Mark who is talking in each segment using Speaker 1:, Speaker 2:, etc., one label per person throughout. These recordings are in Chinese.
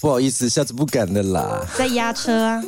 Speaker 1: 不好意思，下次不敢的
Speaker 2: 哦
Speaker 1: 啦。
Speaker 3: 在压车 啊！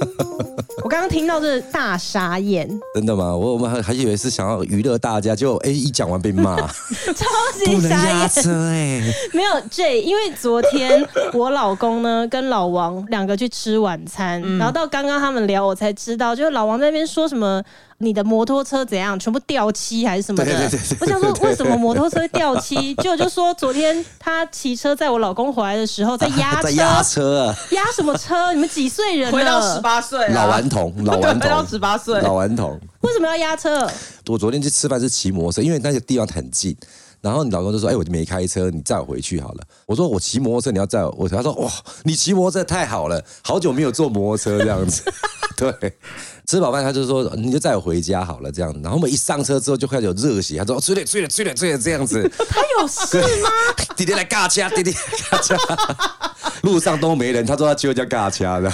Speaker 3: 我刚刚听到这大傻眼，
Speaker 1: 真的吗？我我们还还以为是想要娱乐大家，结果哎、一讲完被 骂，
Speaker 3: 超级
Speaker 1: 不能
Speaker 3: 傻
Speaker 1: 压
Speaker 3: 眼。
Speaker 1: 车哎、
Speaker 3: 没有 J，因为昨天我老公呢跟老王两个去吃晚餐，然后到刚刚他们聊，我才知道，就是老王在那边说什么你的摩托车怎样，全部掉漆还是什么的。
Speaker 1: 对对对
Speaker 3: 我想说为什么摩托车会掉漆？结果就说昨天他骑车载我老公回来的时候在 压
Speaker 1: 在
Speaker 3: 车，
Speaker 1: 压车啊，
Speaker 3: 压什么车？你们几岁人了？
Speaker 2: 回到十八岁啊，
Speaker 1: 老顽 童，老顽
Speaker 2: 回到
Speaker 1: 童，
Speaker 2: 十八岁，
Speaker 1: 老顽童。
Speaker 3: 为什么要压车？
Speaker 1: 我昨天去吃饭是骑摩托车，因为那个地方很近。然后你老公就说：“哎、我就没开车，你载我回去好了。”我说：“我骑摩托车，你要载我。”我他说：“哇，你骑摩托车太好了，好久没有坐摩托车这样 子。”对，吃饱饭他就说：“你就载我回家好了。”这样，然后我们一上车之后就开始有热血，他说：“哦追了追了追了追了这样子。”
Speaker 3: 他有事吗？
Speaker 1: 弟弟来尬掐，弟弟尬 掐，路上都没人，他说他揪人家尬掐的。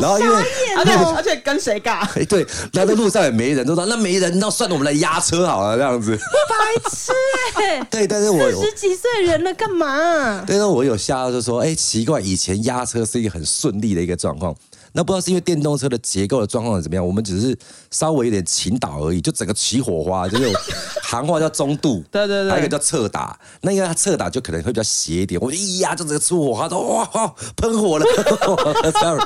Speaker 1: 然后因为
Speaker 3: 哦啊
Speaker 2: 而且而且跟谁尬？
Speaker 1: 哎，对，然后在路上也没人，都说那没人，那算了，我们来压车好了，这样子。
Speaker 3: 白痴 哎、
Speaker 1: 对，但是我
Speaker 3: 四十几岁人了，干嘛、
Speaker 1: 但是我有吓到，就说，哎、奇怪，以前压车是一个很顺利的一个状况，那不知道是因为电动车的结构的状况怎么样，我们只是稍微有点倾倒而已，就整个起火花，就是有 行话叫中度，
Speaker 2: 对对对
Speaker 1: 还有一个叫侧打，那因为它侧打就可能会比较斜一点，我一压就整个出火花，说哇哇喷火 了，喷火了这样。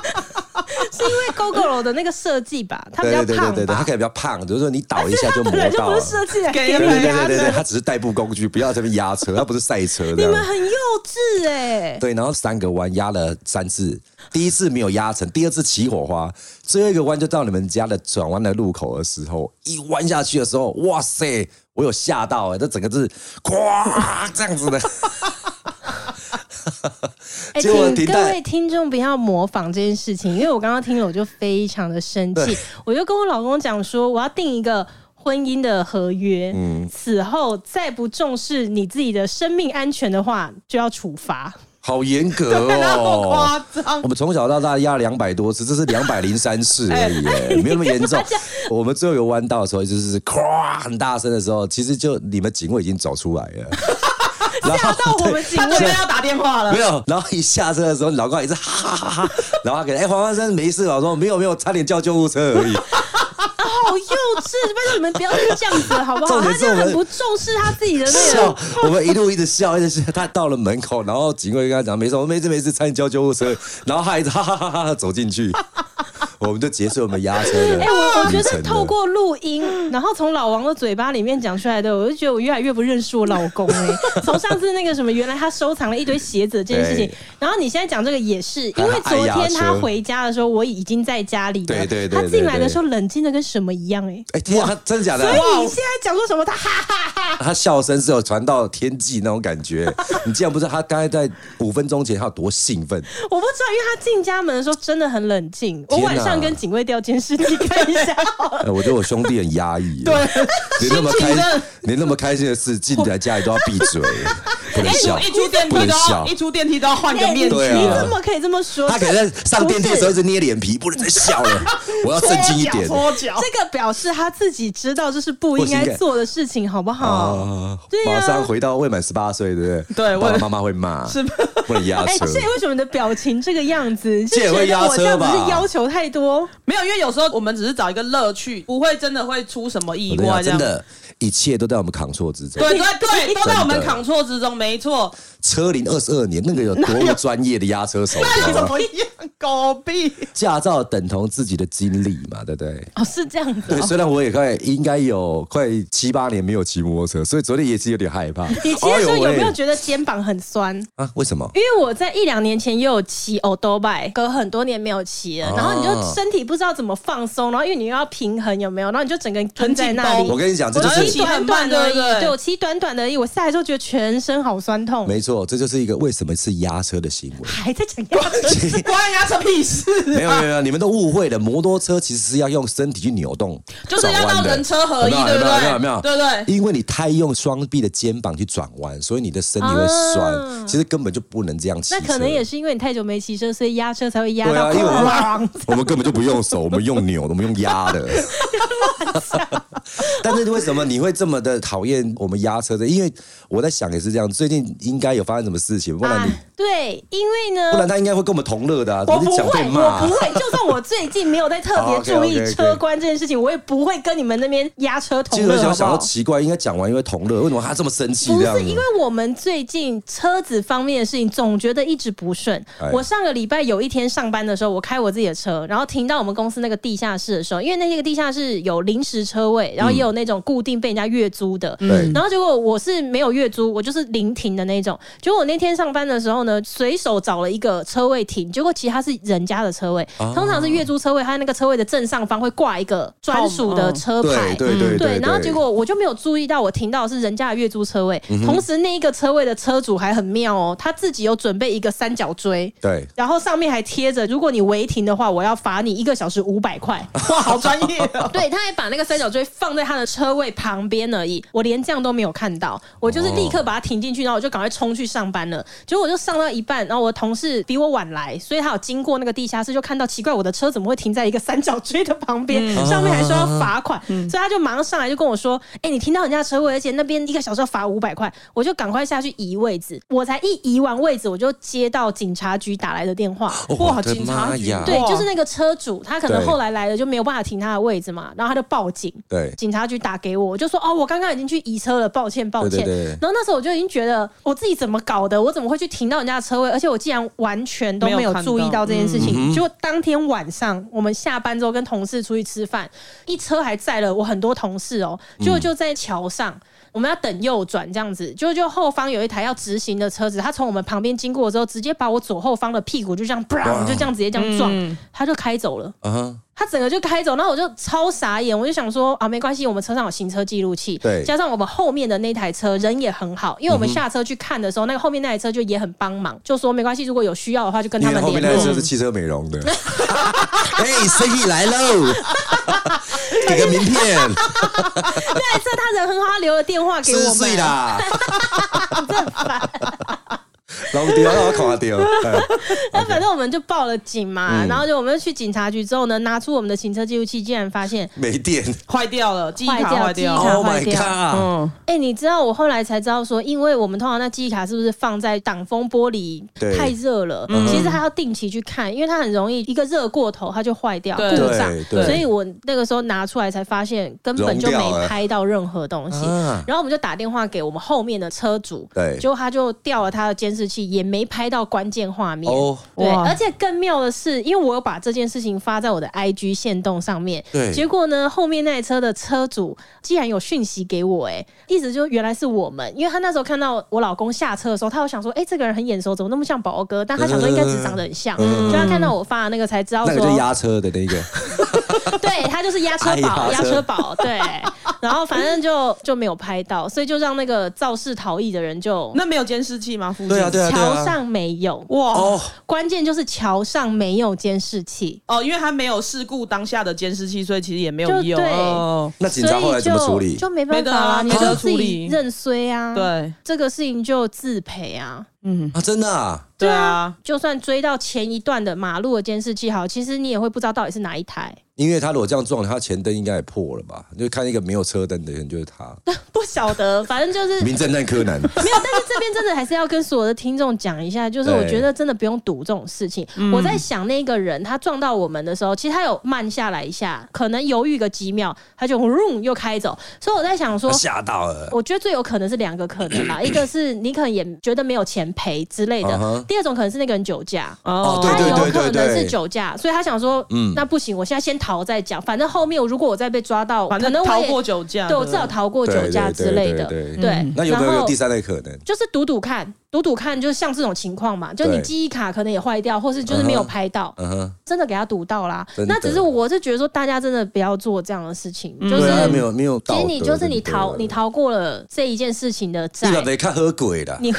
Speaker 3: 是因为 GoGo 的那个设计 吧，它比较
Speaker 1: 对对对
Speaker 3: 胖
Speaker 1: 对对，它
Speaker 3: 吧
Speaker 1: 可，能比较胖，就是说你倒一下就磨
Speaker 3: 本来就
Speaker 1: 到
Speaker 3: 不
Speaker 1: 了
Speaker 3: 是。设计来啊
Speaker 2: 给
Speaker 3: 给
Speaker 1: 对
Speaker 3: 你
Speaker 1: 对
Speaker 2: 人
Speaker 1: 对
Speaker 3: 压
Speaker 1: 对对，
Speaker 3: 的，
Speaker 1: 它只是代步工具，不要在这边压车，它不是赛车这
Speaker 3: 你
Speaker 1: 样
Speaker 3: 们。很幼稚哎、
Speaker 1: 对，然后三个弯压了三次，第一次没有压成，第二次起火花，最后一个弯就到你们家的转弯的路口的时候，一弯下去的时候，哇塞，我有吓到哎、这整个是咵这样子的，
Speaker 3: 哎、
Speaker 1: 结果
Speaker 3: 请
Speaker 1: 停
Speaker 3: 各
Speaker 1: 在
Speaker 3: 位听众不要模仿这件事情，因为我刚刚听了我就非常的生气
Speaker 1: 对，
Speaker 3: 我就跟我老公讲说，我要定一个婚姻的合约，此后再不重视你自己的生命安全的话，就要处罚。
Speaker 1: 好严格
Speaker 2: 那么
Speaker 1: 哦。
Speaker 2: 夸 张
Speaker 1: 我？们从小到大压两百多次，这是两百零三次而已、哎没有那么严重。我们最后有弯道的时候，就是咵很大声的时候，其实就你们警卫已经走出来了，吓
Speaker 3: 到我们警
Speaker 2: 他
Speaker 3: 卫
Speaker 2: 准备要打电话 了
Speaker 1: 没。有，然后一下车的时候，老高也是哈哈 哈哈，然后他给他哎、黄先生没事吧？我说没有没有，差点叫救护车 而已。
Speaker 3: 好幼稚！拜托你们不要再这样子了好不好？
Speaker 1: 重
Speaker 3: 他
Speaker 1: 点
Speaker 3: 就是
Speaker 1: 我们
Speaker 3: 很不重视他自己的那
Speaker 1: 笑
Speaker 3: 个，，
Speaker 1: 我们一路一直笑，一直笑。他到了门口，然后警卫跟他讲没事，我说没事没事，差点叫救护车。然后他一直哈哈哈哈走进去， 我们就结束我们压车的旅程了。
Speaker 3: 哎、我我觉得透过录音，然后从老王的嘴巴里面讲出来的，我就觉得我越来越不认识我老公哎、从上次那个什么，原来他收藏了一堆鞋子的这件事情
Speaker 1: 对，
Speaker 3: 然后你现在讲这个也是，因为
Speaker 1: 哎他
Speaker 3: 昨
Speaker 1: 爱压
Speaker 3: 天他
Speaker 1: 车
Speaker 3: 回家的时候，我已经在家里了。
Speaker 1: 对对对对
Speaker 3: 他进来的
Speaker 1: 对
Speaker 3: 时候冷静的跟什么一样哎、
Speaker 1: 哎、天啊，真的假的？
Speaker 3: 所以你现在讲说什么？他哈哈哈
Speaker 1: 他笑声是有传到天际那种感觉。你竟然不知道他刚才在五分钟前他有多兴奋？
Speaker 3: 我不知道，因为他进家门的时候真的很冷静。我
Speaker 1: 天哪
Speaker 3: 晚上跟警卫调监视器看一下。
Speaker 1: 哎，我觉得我兄弟很压抑。对，连那么
Speaker 2: 心情真
Speaker 1: 开
Speaker 2: 的，
Speaker 1: 连那么开心的事，进来家里都要闭嘴，不能
Speaker 2: 哎一出
Speaker 1: 笑
Speaker 2: 一出电，
Speaker 1: 不
Speaker 2: 梯
Speaker 1: 能
Speaker 2: 都
Speaker 1: 笑
Speaker 2: 要一。出电梯都要换个
Speaker 3: 哎
Speaker 2: 面具
Speaker 1: 对
Speaker 3: 你
Speaker 1: 啊
Speaker 3: 怎么可以这么说？
Speaker 1: 他可能在上电梯的时候
Speaker 3: 不是
Speaker 1: 是捏脸皮，不能再笑了。我要镇静一 点。啊
Speaker 2: 搓脚，搓脚
Speaker 3: 这个表示他自己知道这是不应该做的事情，好不好？
Speaker 1: 啊
Speaker 3: 对！啊
Speaker 1: 马上回到未满十八岁，对不对？
Speaker 2: 对
Speaker 1: 爸
Speaker 2: 我
Speaker 1: 爸妈妈会骂，
Speaker 2: 是
Speaker 1: 不能压
Speaker 3: 哎，
Speaker 1: 车
Speaker 3: 这。为什么你的表情这个样子？你是
Speaker 1: 这也
Speaker 3: 觉
Speaker 1: 会
Speaker 3: 得
Speaker 1: 压
Speaker 3: 我这
Speaker 1: 车
Speaker 3: 样不
Speaker 1: 吧
Speaker 3: 是要求太多？
Speaker 2: 没有，因为有时候我们只是找一个乐趣，不会真的会出什么意
Speaker 1: 我跟你
Speaker 2: 外
Speaker 1: 讲
Speaker 2: 这
Speaker 1: 啊真
Speaker 2: 样。
Speaker 1: 的，一切都在我们扛错之中。
Speaker 2: 对对对，都在我们
Speaker 1: 真的
Speaker 2: 扛错之中，没错。
Speaker 1: 车龄二十二年，那个有多么专业的压车手，你
Speaker 2: 那
Speaker 1: 知
Speaker 2: 你
Speaker 1: 道
Speaker 2: 怎
Speaker 1: 吗
Speaker 2: 么样，狗屁？
Speaker 1: 驾照等同自己的经历嘛，对不对？
Speaker 3: 哦，是这样子
Speaker 1: 对，
Speaker 3: 哦。
Speaker 1: 虽然我也快应该有快七八年没有骑摩托车，所以昨天也是有点害怕。
Speaker 3: 你骑的时候
Speaker 1: 哎呦
Speaker 3: 有
Speaker 1: 喂
Speaker 3: 没有觉得肩膀很酸？
Speaker 1: 啊？为什么？
Speaker 3: 因为我在一两年前也有骑 o d o b i 隔很多年没有骑了，
Speaker 1: 哦
Speaker 3: 然后你就身体不知道怎么放松，然后因为你又要平衡，有没有？然后你就整个人蹲在那
Speaker 2: 很
Speaker 3: 里
Speaker 2: 紧绷
Speaker 1: 我。跟你讲，这
Speaker 3: 我
Speaker 1: 就
Speaker 2: 我
Speaker 3: 骑
Speaker 1: 是
Speaker 2: 骑
Speaker 3: 短
Speaker 2: 很
Speaker 3: 短
Speaker 2: 慢
Speaker 3: 的而
Speaker 2: 对不
Speaker 3: 已，
Speaker 2: 对
Speaker 3: 对我骑短短的而已，我下来之后觉得全身好酸痛，
Speaker 1: 没错，这就是一个为什么是压车的行为。
Speaker 3: 还在讲 压车。
Speaker 2: 关人家什么屁事？
Speaker 1: 没
Speaker 3: 啊
Speaker 1: 有没有没有，你们都误会了。摩托车其实是要用身体去扭动，
Speaker 2: 就是要
Speaker 1: 转弯
Speaker 2: 让
Speaker 1: 的
Speaker 2: 人车合一，
Speaker 1: 有没
Speaker 2: 对
Speaker 1: 有
Speaker 2: 不
Speaker 1: 有没有
Speaker 2: 对？
Speaker 1: 有没有？
Speaker 2: 对对。
Speaker 1: 因为你太用双臂的肩膀去转弯，所以你的身体会酸。
Speaker 3: 啊
Speaker 1: 其实根本就不能这样骑车。
Speaker 3: 那可能也是因为你太久没骑车，所以压车才会压
Speaker 1: 对
Speaker 3: 到
Speaker 1: 啊，因为我
Speaker 3: 哐
Speaker 1: 们 我们根本就不用手，我们用扭的，我们用压 的。但是为什么你会这么的讨厌我们压车的？因为我在想也是这样，最近应该有有发生什么事情，不然
Speaker 3: 啊
Speaker 1: 你、，
Speaker 3: 对，因为呢，
Speaker 1: 不然他应该会跟我们同乐的、啊，
Speaker 3: 我
Speaker 1: 只
Speaker 3: 不
Speaker 1: 是讲
Speaker 3: 会
Speaker 1: 被，骂、
Speaker 3: 我不会。就算我最近没有在特
Speaker 1: 好
Speaker 3: 别注意
Speaker 1: ，OK，OK，OK
Speaker 3: 车关这件事情，我也不会跟你们那边压车
Speaker 1: 其
Speaker 3: 同
Speaker 1: 实我
Speaker 3: 乐，好
Speaker 1: 想
Speaker 3: 不
Speaker 1: 想到
Speaker 3: 好？
Speaker 1: 奇怪，应该讲完因为同乐，为什么他这么生气
Speaker 3: 不
Speaker 1: 这样
Speaker 3: 是
Speaker 1: 子？
Speaker 3: 因为我们最近车子方面的事情，总觉得一直不顺
Speaker 1: 哎。
Speaker 3: 我上个礼拜有一天上班的时候，我开我自己的车，然后停到我们公司那个地下室的时候，因为那个地下室有临时车位，然后也有那种固定被人家月租的，
Speaker 1: 嗯对
Speaker 3: 然后结果我是没有月租，我就是临停的那种。结果我那天上班的时候呢，随手找了一个车位停，结果其实它是人家的车位，
Speaker 1: 啊
Speaker 3: 通常是月租车位，它那个车位的正上方会挂一个专属的车牌
Speaker 1: 嗯对。对对
Speaker 3: 嗯对，然后结果我就没有注意到，我停到的是人家的月租车位，同时那一个车位的车主还很妙哦，他自己有准备一个三角锥，
Speaker 1: 对，
Speaker 3: 然后上面还贴着，如果你违停的话，我要罚你一个小时五百块。！
Speaker 2: 哇，好专业 哦
Speaker 3: 对，他还把那个三角锥放在他的车位旁边而已，我连这样都没有看到，我就是立刻把它停进去，然后我就赶快冲去上班了。结果我就上到一半，然后我的同事比我晚来，所以他有经过那个地下室，就看到奇怪，我的车怎么会停在一个三角锥的旁边，上面还说要罚款，所以他就马上上来就跟我说：“哎、你停到人家车位，而且那边一个小时要罚五百块。”我就赶快下去移位置，我才一移完位置，我就接到警察局打来的电话。
Speaker 2: 哇
Speaker 1: 我哦的
Speaker 2: 警察
Speaker 1: 妈
Speaker 2: 局
Speaker 1: 呀！
Speaker 3: 对，
Speaker 2: 哇
Speaker 3: 就是那个车主，他可能
Speaker 1: 啊对
Speaker 3: 后来来了就没有办法停他的位置嘛，然后他就报警，
Speaker 1: 对
Speaker 3: 警察局打给我，我就说哦，我刚刚已经去移车了，抱歉，抱
Speaker 1: 对
Speaker 3: 歉。
Speaker 1: 对对
Speaker 3: 然后那时候我就已经觉得我自己怎么搞的，我怎么会去停到人家的车位，而且我竟然完全都没有注意到这件事
Speaker 1: 嗯
Speaker 3: 情。结果当天晚上我们下班之后跟同事出去吃饭，一车还载了我很多同事哦，结果
Speaker 1: 嗯
Speaker 3: 就在桥上。我们要等右转，这样子，就就后方有一台要直行的车子，他从我们旁边经过之后，直接把我左后方的屁股就这样，砰，就这样直接这样撞，他就开走了。
Speaker 1: 啊哈，
Speaker 3: 他整个就开走，然后我就超傻眼，我就想说啊，没关系，我们车上有行车记录器，
Speaker 1: 对
Speaker 3: 加上我们后面的那台车人也很好，因为我们下车去看的时候，那个后面那台车就也很帮忙，就说没关系，如果有需要的话就跟
Speaker 1: 因
Speaker 3: 他
Speaker 1: 为
Speaker 3: 们
Speaker 1: 嗯后面
Speaker 3: 联
Speaker 1: 那台车
Speaker 3: 络。
Speaker 1: 是汽车美容 的。哎，生意来喽！给个名片，
Speaker 3: 那台车他人很好，他留了电话给
Speaker 1: 是
Speaker 3: 我
Speaker 1: 碎
Speaker 3: 们。啊
Speaker 1: 啦。老丢，老垮丢。 哎
Speaker 3: 那反正我们就报了警嘛，然后就我们就去警察局之后呢，拿出我们的行车记录器，竟然发现，
Speaker 1: 没电。
Speaker 2: 坏掉了，记忆卡
Speaker 3: 坏掉
Speaker 2: 坏掉
Speaker 3: 记忆
Speaker 2: 了，
Speaker 3: 卡
Speaker 1: Oh my
Speaker 3: 坏掉
Speaker 1: god！
Speaker 2: 嗯，
Speaker 3: 哎、你知道我后来才知道说，因为我们通常那记忆卡是不是放在挡风玻璃
Speaker 1: 对嗯
Speaker 3: 太热了？其实它要定期去看，因为它很容易一个热过头它就坏掉
Speaker 2: 对
Speaker 3: 故障
Speaker 1: 对。对
Speaker 3: 所以我那个时候拿出来才发现根本就
Speaker 1: 融掉
Speaker 3: 没
Speaker 1: 了
Speaker 3: 拍到任何东西。
Speaker 1: 啊
Speaker 3: 然后我们就打电话给我们后面的车主，
Speaker 1: 对
Speaker 3: 结果他就调了他的监视器，也没拍到关键画面。
Speaker 1: 哦，
Speaker 3: 对，
Speaker 2: 哇
Speaker 3: 而且更妙的是，因为我有把这件事情发在我的 IG 线动上面，
Speaker 1: 对
Speaker 3: 结果呢，后面那台车的车主竟然有讯息给我、哎，意思就原来是我们，因为他那时候看到我老公下车的时候，他有想说，哎、这个人很眼熟，怎么那么像宝宝哥？但他想说应该只是长得很像，就他看到我发的那个才知道
Speaker 1: 嗯那
Speaker 3: 说，
Speaker 1: 个就压车的那个，
Speaker 3: 对他就是压车宝，
Speaker 1: 哎
Speaker 3: 压
Speaker 1: 压车
Speaker 3: 车宝，对，然后反正就就没有拍到，所以就让那个肇事逃逸的人就。
Speaker 2: 那没有监视器吗？附近
Speaker 1: 对啊对啊
Speaker 3: 桥上没有，
Speaker 2: 哇
Speaker 1: 哦，
Speaker 3: 关键就是桥上没有监视器。
Speaker 2: 哦，因为他没有事故当下的监视器，所以其实也没有
Speaker 3: 就
Speaker 2: 用。
Speaker 3: 对
Speaker 2: 哦
Speaker 1: 那警察后来怎么处理
Speaker 3: 就？就没办法啦，你
Speaker 2: 没
Speaker 3: 就
Speaker 2: 得啊没得
Speaker 3: 自
Speaker 2: 处
Speaker 3: 己
Speaker 2: 理
Speaker 3: 认衰啊。，
Speaker 2: 对，
Speaker 3: 这个事情就自赔啊。
Speaker 2: 嗯，
Speaker 1: 啊，真的啊，
Speaker 2: 对啊，
Speaker 3: 就算追到前一段的马路的监视器好，其实你也会不知道到底是哪一台。
Speaker 1: 因为他如果这样撞，他前灯应该也破了吧？就看一个没有车灯的人，就是他，
Speaker 3: 不晓得，反正就是
Speaker 1: 名侦探柯 南。
Speaker 3: 没有，但是这边真的还是要跟所有的听众讲一下，就是我
Speaker 1: 对
Speaker 3: 觉得真的不用赌这种事情。我在想那个人他撞到我们的时候，其实他有慢下来一下，可能犹豫个几秒，他就嗡又开走。所以我在想说，
Speaker 1: 吓到了。
Speaker 3: 我觉得最有可能是两个可能啦，一个是你可能也觉得没有钱赔之类的
Speaker 1: 嗯哼
Speaker 3: 第二种可能是那个人酒驾。
Speaker 1: 哦对
Speaker 3: 他
Speaker 1: 对
Speaker 3: 有
Speaker 1: 对
Speaker 3: 可
Speaker 1: 对
Speaker 3: 能
Speaker 1: 对嗯
Speaker 3: 是酒驾，所以他想说，那不行，我现在先逃再讲，反正后面如果我再被抓到，
Speaker 2: 反
Speaker 3: 可
Speaker 2: 正
Speaker 3: 能我
Speaker 2: 逃
Speaker 3: 也
Speaker 2: 过酒驾的，嗯
Speaker 3: 对我至少逃过酒驾之类的，
Speaker 1: 对对对对对
Speaker 3: 对
Speaker 1: 那有没有
Speaker 3: 然后
Speaker 1: 有第三类可能？
Speaker 3: 就是赌赌看，赌赌看，就是像这种情况嘛，就你
Speaker 1: 对
Speaker 3: 记忆卡可能也坏掉，或是就是没有拍到，
Speaker 1: 嗯哼，
Speaker 3: 真的给他赌到啦
Speaker 1: 真。的
Speaker 3: 那只是我是觉得说，大家真的不要做这样的事情，就
Speaker 1: 对啊，没
Speaker 3: 是
Speaker 1: 有没有道
Speaker 3: 其
Speaker 1: 德。
Speaker 3: 实你就是
Speaker 1: 对
Speaker 3: 你
Speaker 1: 不对
Speaker 3: 逃，你逃过了这一件事情的 债
Speaker 1: 你，把没看喝鬼了，
Speaker 3: 你会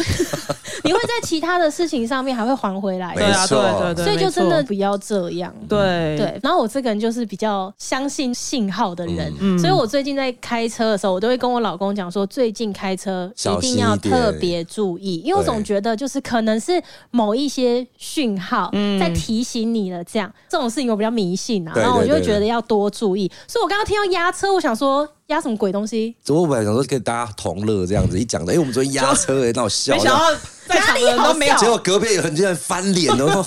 Speaker 3: 你会在其他的事情上面还会还回来，
Speaker 1: 没
Speaker 2: 对啊，
Speaker 1: 错
Speaker 2: 对对对，
Speaker 3: 所以就
Speaker 2: 没错
Speaker 3: 真的不要这样。
Speaker 2: 对
Speaker 3: 对，然后我这个人就是比较相信信号的人，
Speaker 1: 嗯
Speaker 3: 所以我最近在开车的时候，我都会跟我老公讲说，最近开车一
Speaker 1: 小
Speaker 3: 定
Speaker 1: 心
Speaker 3: 要
Speaker 1: 一点
Speaker 3: 特别注意，因为我总觉得就是可能是某一些讯号在提醒你了，这样这种事情我比较迷信啊，
Speaker 1: 对
Speaker 3: 然后我就会
Speaker 1: 对对
Speaker 3: 觉得要多注意。所以我刚刚听到压车，我想说压什么鬼东西？
Speaker 1: 我本来想说跟大家同乐这样子，一讲的，哎，我们昨天压车，哎，闹笑
Speaker 2: 没。想到在在场的人都没有
Speaker 3: 哪里
Speaker 1: 结果隔壁有很多人翻脸，然 后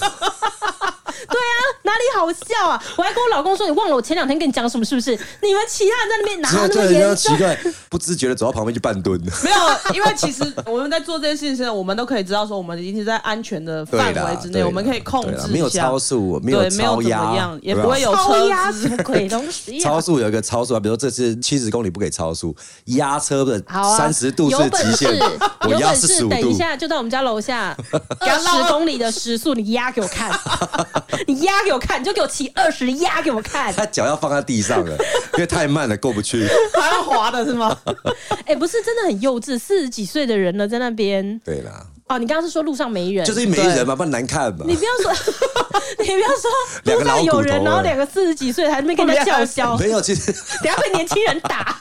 Speaker 3: 哎哪里好笑啊？我还跟我老公说，你忘了我前两天跟你讲什么是不是？你们其他人在那边哪
Speaker 1: 之
Speaker 3: 有
Speaker 1: 后
Speaker 3: 那
Speaker 1: 就
Speaker 3: 么
Speaker 1: 很像
Speaker 3: 严
Speaker 1: 奇
Speaker 3: 重？
Speaker 1: 怪，不自觉的走到旁边去半蹲。
Speaker 2: 没有，因为其实我们在做这件事情的时候，我们都可以知道说，我们已经是在安全的范
Speaker 1: 对啦
Speaker 2: 围之
Speaker 1: 对
Speaker 2: 内，
Speaker 1: 啦
Speaker 2: 我们可以控制
Speaker 1: 对
Speaker 2: 一
Speaker 1: 啦
Speaker 2: 下，
Speaker 1: 没有超速，没
Speaker 2: 对，没
Speaker 1: 超
Speaker 2: 有怎么
Speaker 1: 压
Speaker 2: 样，，也
Speaker 1: 对吧
Speaker 2: 不会有
Speaker 3: 超
Speaker 2: 车
Speaker 3: 压
Speaker 2: 子
Speaker 3: 什。么鬼东西、啊
Speaker 1: 超？速有一个超速啊，比如说这次七十公里不给超速，压车的
Speaker 3: 好啊，
Speaker 1: 三十度
Speaker 3: 有
Speaker 1: 是
Speaker 3: 本
Speaker 1: 极
Speaker 3: 事
Speaker 1: 限，我
Speaker 3: 有
Speaker 1: 压
Speaker 3: 本
Speaker 1: 四
Speaker 3: 事
Speaker 1: 十五
Speaker 3: 等一
Speaker 1: 度。
Speaker 3: 下就到我们家 楼下
Speaker 2: 他
Speaker 3: 二
Speaker 2: 绕
Speaker 3: 十公里的时速，你压给我看， 你压给我看，你就给我骑二十，压给我看。
Speaker 1: 他脚要放在地上了，因为太慢了，过不 去。
Speaker 2: 还要滑的是 吗？
Speaker 3: 哎、不是，真的很幼稚，四十几岁的人了，在那边
Speaker 1: 对啦，
Speaker 3: 哦。你刚刚是说路上没人，
Speaker 1: 就是没人嘛，不然难看嘛。
Speaker 3: 你不要说， 你不要说
Speaker 1: 两
Speaker 3: 路
Speaker 1: 个老
Speaker 3: 上
Speaker 1: 骨
Speaker 3: 有人，
Speaker 1: 头啊
Speaker 3: 然后
Speaker 1: 了
Speaker 3: 两个四十几岁还在那边跟人家叫嚣，
Speaker 1: 没有，其实
Speaker 3: 等下被年轻人打。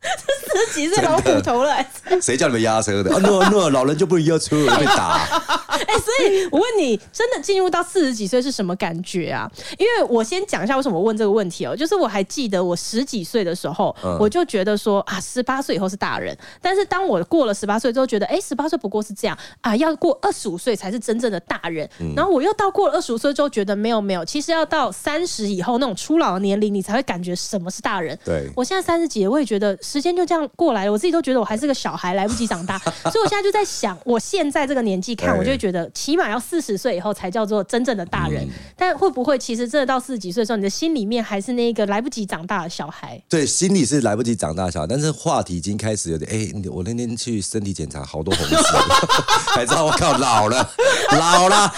Speaker 3: 这四十几岁老骨头了，哎、
Speaker 1: 谁叫你们压车的？啊，no no，老人就不能压车， 被打。
Speaker 3: 哎所以我问你，真的进入到四十几岁是什么感觉啊？因为我先讲一下为什么我问这个问题哦，就是我还记得我十几岁的时候，
Speaker 1: 嗯
Speaker 3: 我就觉得说啊，十八岁以后是大人，但是当我过了十八岁之后，觉得哎，十八岁不过是这样啊，要过二十五岁才是真正的大人。
Speaker 1: 嗯
Speaker 3: 然后我又到过了二十五岁之后，觉得没有没有，其实要到三十以后那种初老的年龄，你才会感觉什么是大人。
Speaker 1: 对
Speaker 3: 我现在三十几了，我也觉得时间就这样过来了，我自己都觉得我还是个小孩，来不及长大，所以我现在就在想，我现在这个年纪看，
Speaker 1: 对
Speaker 3: 我就会觉得起码要四十岁以后才叫做真正的大
Speaker 1: 嗯
Speaker 3: 人。但会不会其实真的到四十几岁的时候，你的心里面还是那个来不及长大的小孩？
Speaker 1: 对，心里是来不及长大小孩，但是话题已经开始有点，哎、我那天去身体检查，好多红丝，才知道我靠，老了，老了，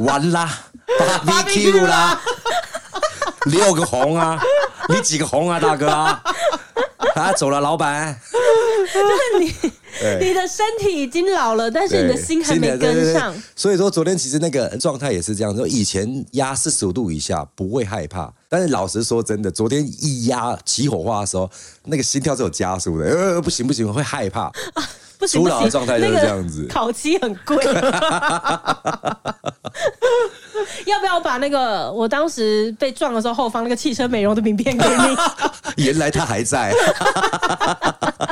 Speaker 1: 完啦，BBQ 啦，六个红啊，你几个红啊，大哥啊，啊，走了，老板， 就是
Speaker 3: 你的身体已经老了， 但是你的
Speaker 1: 对
Speaker 3: 心还没
Speaker 1: 里对
Speaker 3: 跟
Speaker 1: 对对
Speaker 3: 上。
Speaker 1: 所以说，昨天其实那个状态也是这样，说以前压四十五度以下不会害怕，但是老实说真的，昨天一压起火花的时候，那个心跳是有加速的，呃，不行不行，会害怕。
Speaker 3: 不行不
Speaker 1: 初老的
Speaker 3: 行，
Speaker 1: 状态就是这样子
Speaker 3: 那个烤漆很贵。 要不要把那个我当时被撞的时候后方那个汽车美容的名片给你？
Speaker 1: 原来他还在，啊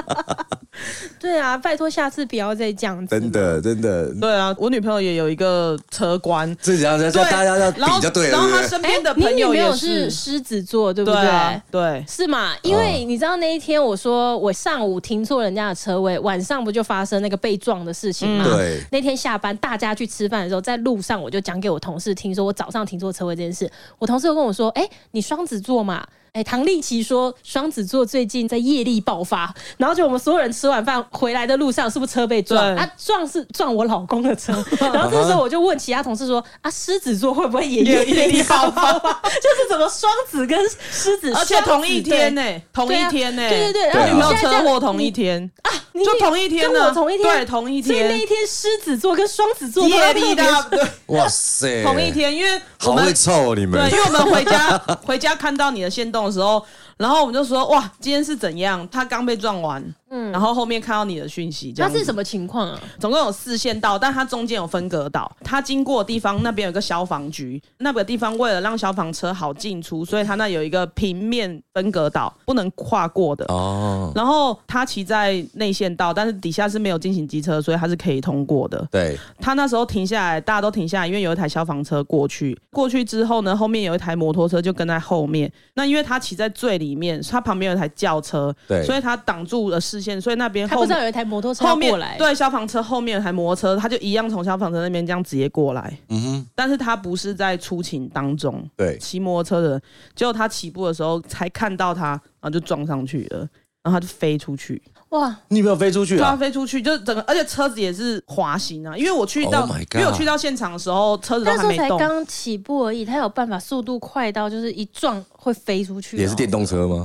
Speaker 3: 对啊，拜托下次不要再这样 子。
Speaker 1: 真的真的，
Speaker 2: 对啊，我女朋友也有一个车关，
Speaker 1: 这要要
Speaker 2: 对，
Speaker 1: 大家要比
Speaker 2: 然后
Speaker 1: 就对了，
Speaker 2: 然后她
Speaker 1: 对不对？
Speaker 2: 身
Speaker 3: 哎，
Speaker 2: 边的
Speaker 3: 你
Speaker 2: 朋
Speaker 3: 女
Speaker 2: 友
Speaker 3: 朋
Speaker 2: 也
Speaker 3: 友是狮子座，对不
Speaker 2: 对
Speaker 3: 对？
Speaker 2: 啊，对，
Speaker 3: 是嘛？因为你知道那一天我说我上午停错人家的车位，晚上不就发生那个被撞的事情嘛？
Speaker 1: 对
Speaker 3: 那天下班大家去吃饭的时候，在路上我就讲给我同事听，说我早上停错车位这件事。我同事就跟我说：“哎、你双子座嘛？”哎、唐丽琪说双子座最近在业力爆发，然后就我们所有人吃完饭回来的路上，是不是车被撞？
Speaker 2: 对
Speaker 3: 啊，撞是撞我老公的车。 然后这时候我就问其他同事说：“啊，狮子座会不会也
Speaker 2: 啊
Speaker 3: 业
Speaker 2: 也业
Speaker 3: 力
Speaker 2: 力
Speaker 3: 爆
Speaker 2: 爆
Speaker 3: 发
Speaker 2: 发？
Speaker 3: 就是怎么双子跟狮子，
Speaker 2: 而且同一天
Speaker 3: 呢、
Speaker 2: 呢、同一
Speaker 3: 对啊
Speaker 2: 天呢、欸
Speaker 3: 对对对
Speaker 1: 然后
Speaker 2: 我女朋
Speaker 3: 你
Speaker 2: 友
Speaker 3: 现在
Speaker 2: 车祸同
Speaker 3: 你
Speaker 2: 一天，
Speaker 3: 啊你
Speaker 2: 就同一天
Speaker 3: 跟
Speaker 2: 呢
Speaker 3: 我同一天，
Speaker 2: 对同一
Speaker 3: 所
Speaker 2: 天
Speaker 3: 以那一天狮子座跟双子座
Speaker 2: 业
Speaker 3: 都特别
Speaker 2: 力大，对
Speaker 1: 哇塞，
Speaker 2: 同一，天，因为我
Speaker 1: 好
Speaker 2: 们
Speaker 1: 会凑哦你
Speaker 2: 对，
Speaker 1: 们
Speaker 2: 因，为我们回家回家看到你的线动的时候，然后我们就说哇，今天是怎样？他刚被撞完，嗯，然后后面看到你的讯息，这
Speaker 3: 那
Speaker 2: 样
Speaker 3: 是
Speaker 2: 子。
Speaker 3: 什么情况啊？
Speaker 2: 总共有四线道，但它中间有分隔岛。它经过的地方那边有个消防局，那个地方为了让消防车好进出，所以它那有一个平面分隔岛，不能跨过的。
Speaker 1: 哦，
Speaker 2: 然后他骑在内线道，但是底下是没有进行机车，所以他是可以通过的。
Speaker 1: 对，
Speaker 2: 他那时候停下来，大家都停下来，因为有一台消防车过去。过去之后呢，后面有一台摩托车就跟在后面。那因为他骑在最里面，他旁边有一台轿车，
Speaker 1: 对
Speaker 2: 所以他挡住了视线，所以那边
Speaker 3: 他
Speaker 2: 后
Speaker 3: 不知
Speaker 2: 面
Speaker 3: 道有一台摩托车要
Speaker 2: 后面
Speaker 3: 过来，，
Speaker 2: 对消防车后面有台摩托车，他就一样从消防车那边这样直接过来。
Speaker 1: 嗯哼，
Speaker 2: 但是他不是在出勤当中，
Speaker 1: 对，
Speaker 2: 骑摩托车的人，结果他起步的时候才看到他，然后就撞上去了，然后他就飞出去，
Speaker 3: 哇，
Speaker 1: 你有没有飞出去
Speaker 2: 对啊，
Speaker 1: 啊？
Speaker 2: 飞出去就整个，而且车子也是滑行啊，因为我去到
Speaker 1: Oh my god
Speaker 2: 因为我去到现场的时候，车子都
Speaker 3: 那时
Speaker 2: 还
Speaker 3: 候
Speaker 2: 没
Speaker 3: 才
Speaker 2: 动，
Speaker 3: 刚起步而已，他有办法速度快到就是一撞会飞出去哦、
Speaker 1: 也是电动车吗？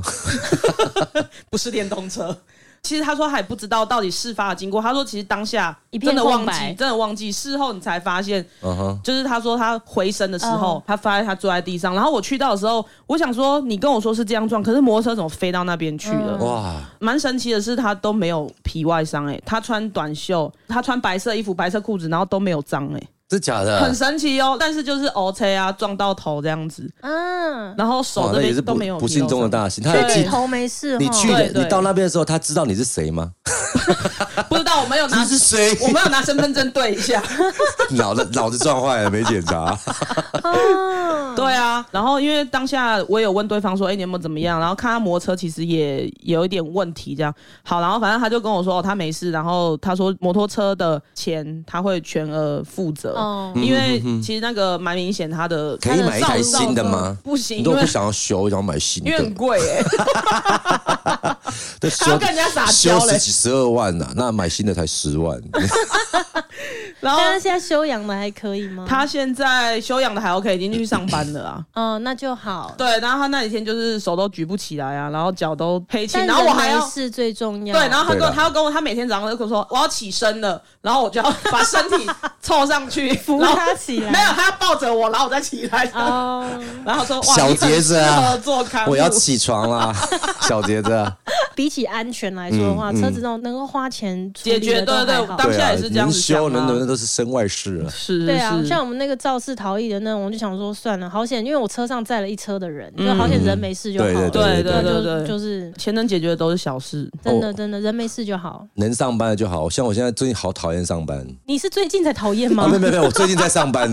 Speaker 2: 不是电动车。其实他说还不知道到底事发的经过，他说其实当下
Speaker 3: 一片
Speaker 2: 真的忘
Speaker 3: 空白
Speaker 2: 记，真的忘记，事后你才发现，
Speaker 1: 嗯哼，
Speaker 2: 就是他说他回身的时候，
Speaker 3: 嗯
Speaker 2: 他发现他坐在地上，然后我去到的时候，我想说你跟我说是这样撞，可是摩托车怎么飞到那边去了？
Speaker 1: 哇，
Speaker 2: 蛮神奇的是，他都没有皮外伤，哎，他穿短袖，他穿白色衣服、白色裤子，然后都没有脏，哎，
Speaker 1: 真假
Speaker 2: 很
Speaker 1: 的？
Speaker 2: 神奇哦。但是就是 O C 啊，撞到头这样子，
Speaker 3: 啊，
Speaker 2: 然后
Speaker 1: 哇
Speaker 2: 哦手这
Speaker 1: 那也
Speaker 2: 边
Speaker 1: 是
Speaker 2: 都
Speaker 1: 不
Speaker 2: 没有
Speaker 1: 不幸中的
Speaker 2: 皮肉伤
Speaker 1: 大幸，他
Speaker 3: 所
Speaker 1: 也
Speaker 3: 以你
Speaker 1: 记
Speaker 3: 头没事哦，
Speaker 1: 你去
Speaker 2: 对
Speaker 1: 的，
Speaker 2: 对
Speaker 1: 你到那边的时候，他知道你是谁吗？
Speaker 2: 不知道我们有拿
Speaker 1: 这是谁
Speaker 2: 我们有拿身份证对 一下。
Speaker 1: 脑子脑子撞坏了没检 查，
Speaker 3: 哦，
Speaker 2: 对啊，然后因为当下我也有问对方说，哎、你有没有怎么样？然后看他摩托车其实也有一点问题，这样好，然后反正他就跟我说，哦，他没事，然后他说摩托车的钱他会全额负
Speaker 1: 嗯
Speaker 2: 责，
Speaker 3: 哦
Speaker 2: 因为其实那个蛮明显他的
Speaker 1: 可以买一台新的
Speaker 2: 他
Speaker 1: 吗
Speaker 2: 的？不行，
Speaker 1: 你
Speaker 2: 因
Speaker 1: 都
Speaker 2: 为
Speaker 1: 不想要修，想要买新
Speaker 2: 因为很
Speaker 1: 的，
Speaker 2: 贵哎、
Speaker 1: 对，
Speaker 2: 还要跟人家撒娇
Speaker 1: 修
Speaker 2: 嘞
Speaker 1: 十几十二万呐、那买新的才十万，
Speaker 2: 然后
Speaker 3: 但是现在修养的还可以吗？
Speaker 2: 他现在修养的还 OK，已经去上班了 啊。
Speaker 3: 哦，那就好。
Speaker 2: 对，然后他那几天就是手都举不起来啊，然后脚都黑青，
Speaker 3: 但
Speaker 2: 然后我
Speaker 3: 人啊
Speaker 2: 还要
Speaker 3: 是最重要。
Speaker 2: 对，然后他跟
Speaker 1: 对
Speaker 2: 我
Speaker 1: 啦
Speaker 2: 他要跟我，他每天早上都跟我说我要起身了，然后我就要把身体凑上 去扶
Speaker 3: 他起来
Speaker 2: 没有，他要抱着我，然后我再起来。
Speaker 3: 哦，
Speaker 2: 然后说哇，
Speaker 1: 小
Speaker 2: 你很
Speaker 1: 杰子啊
Speaker 2: 适合做刊物
Speaker 1: 我要起床啦，小杰子啊，
Speaker 3: 比起安全来说的话，
Speaker 1: 嗯嗯
Speaker 3: 车子那种能够花钱处理
Speaker 2: 解决
Speaker 3: 的都
Speaker 2: 对对
Speaker 3: 还好
Speaker 2: 当
Speaker 1: 对
Speaker 2: 下
Speaker 1: 啊
Speaker 2: 也是，这样
Speaker 1: 能
Speaker 2: 子想啊
Speaker 1: 修能能那都是身外事了。
Speaker 2: 是
Speaker 3: 对啊，
Speaker 2: 是
Speaker 3: 像我们那个肇事逃逸的那种，我就想说算了，好险，因为我车上载了一车的人，
Speaker 2: 嗯
Speaker 3: 就好险人没事就好了。
Speaker 2: 对对
Speaker 3: 就
Speaker 2: 对对
Speaker 3: 就是
Speaker 2: 钱能解决的都是小事。
Speaker 3: 真的
Speaker 1: 哦
Speaker 3: 真的人没事就好。
Speaker 1: 能上班的就好，像我现在最近好讨厌上
Speaker 2: 嗯
Speaker 1: 班
Speaker 3: 你是最近才讨厌吗
Speaker 1: 啊！？没有没有没有，我最近在上 班，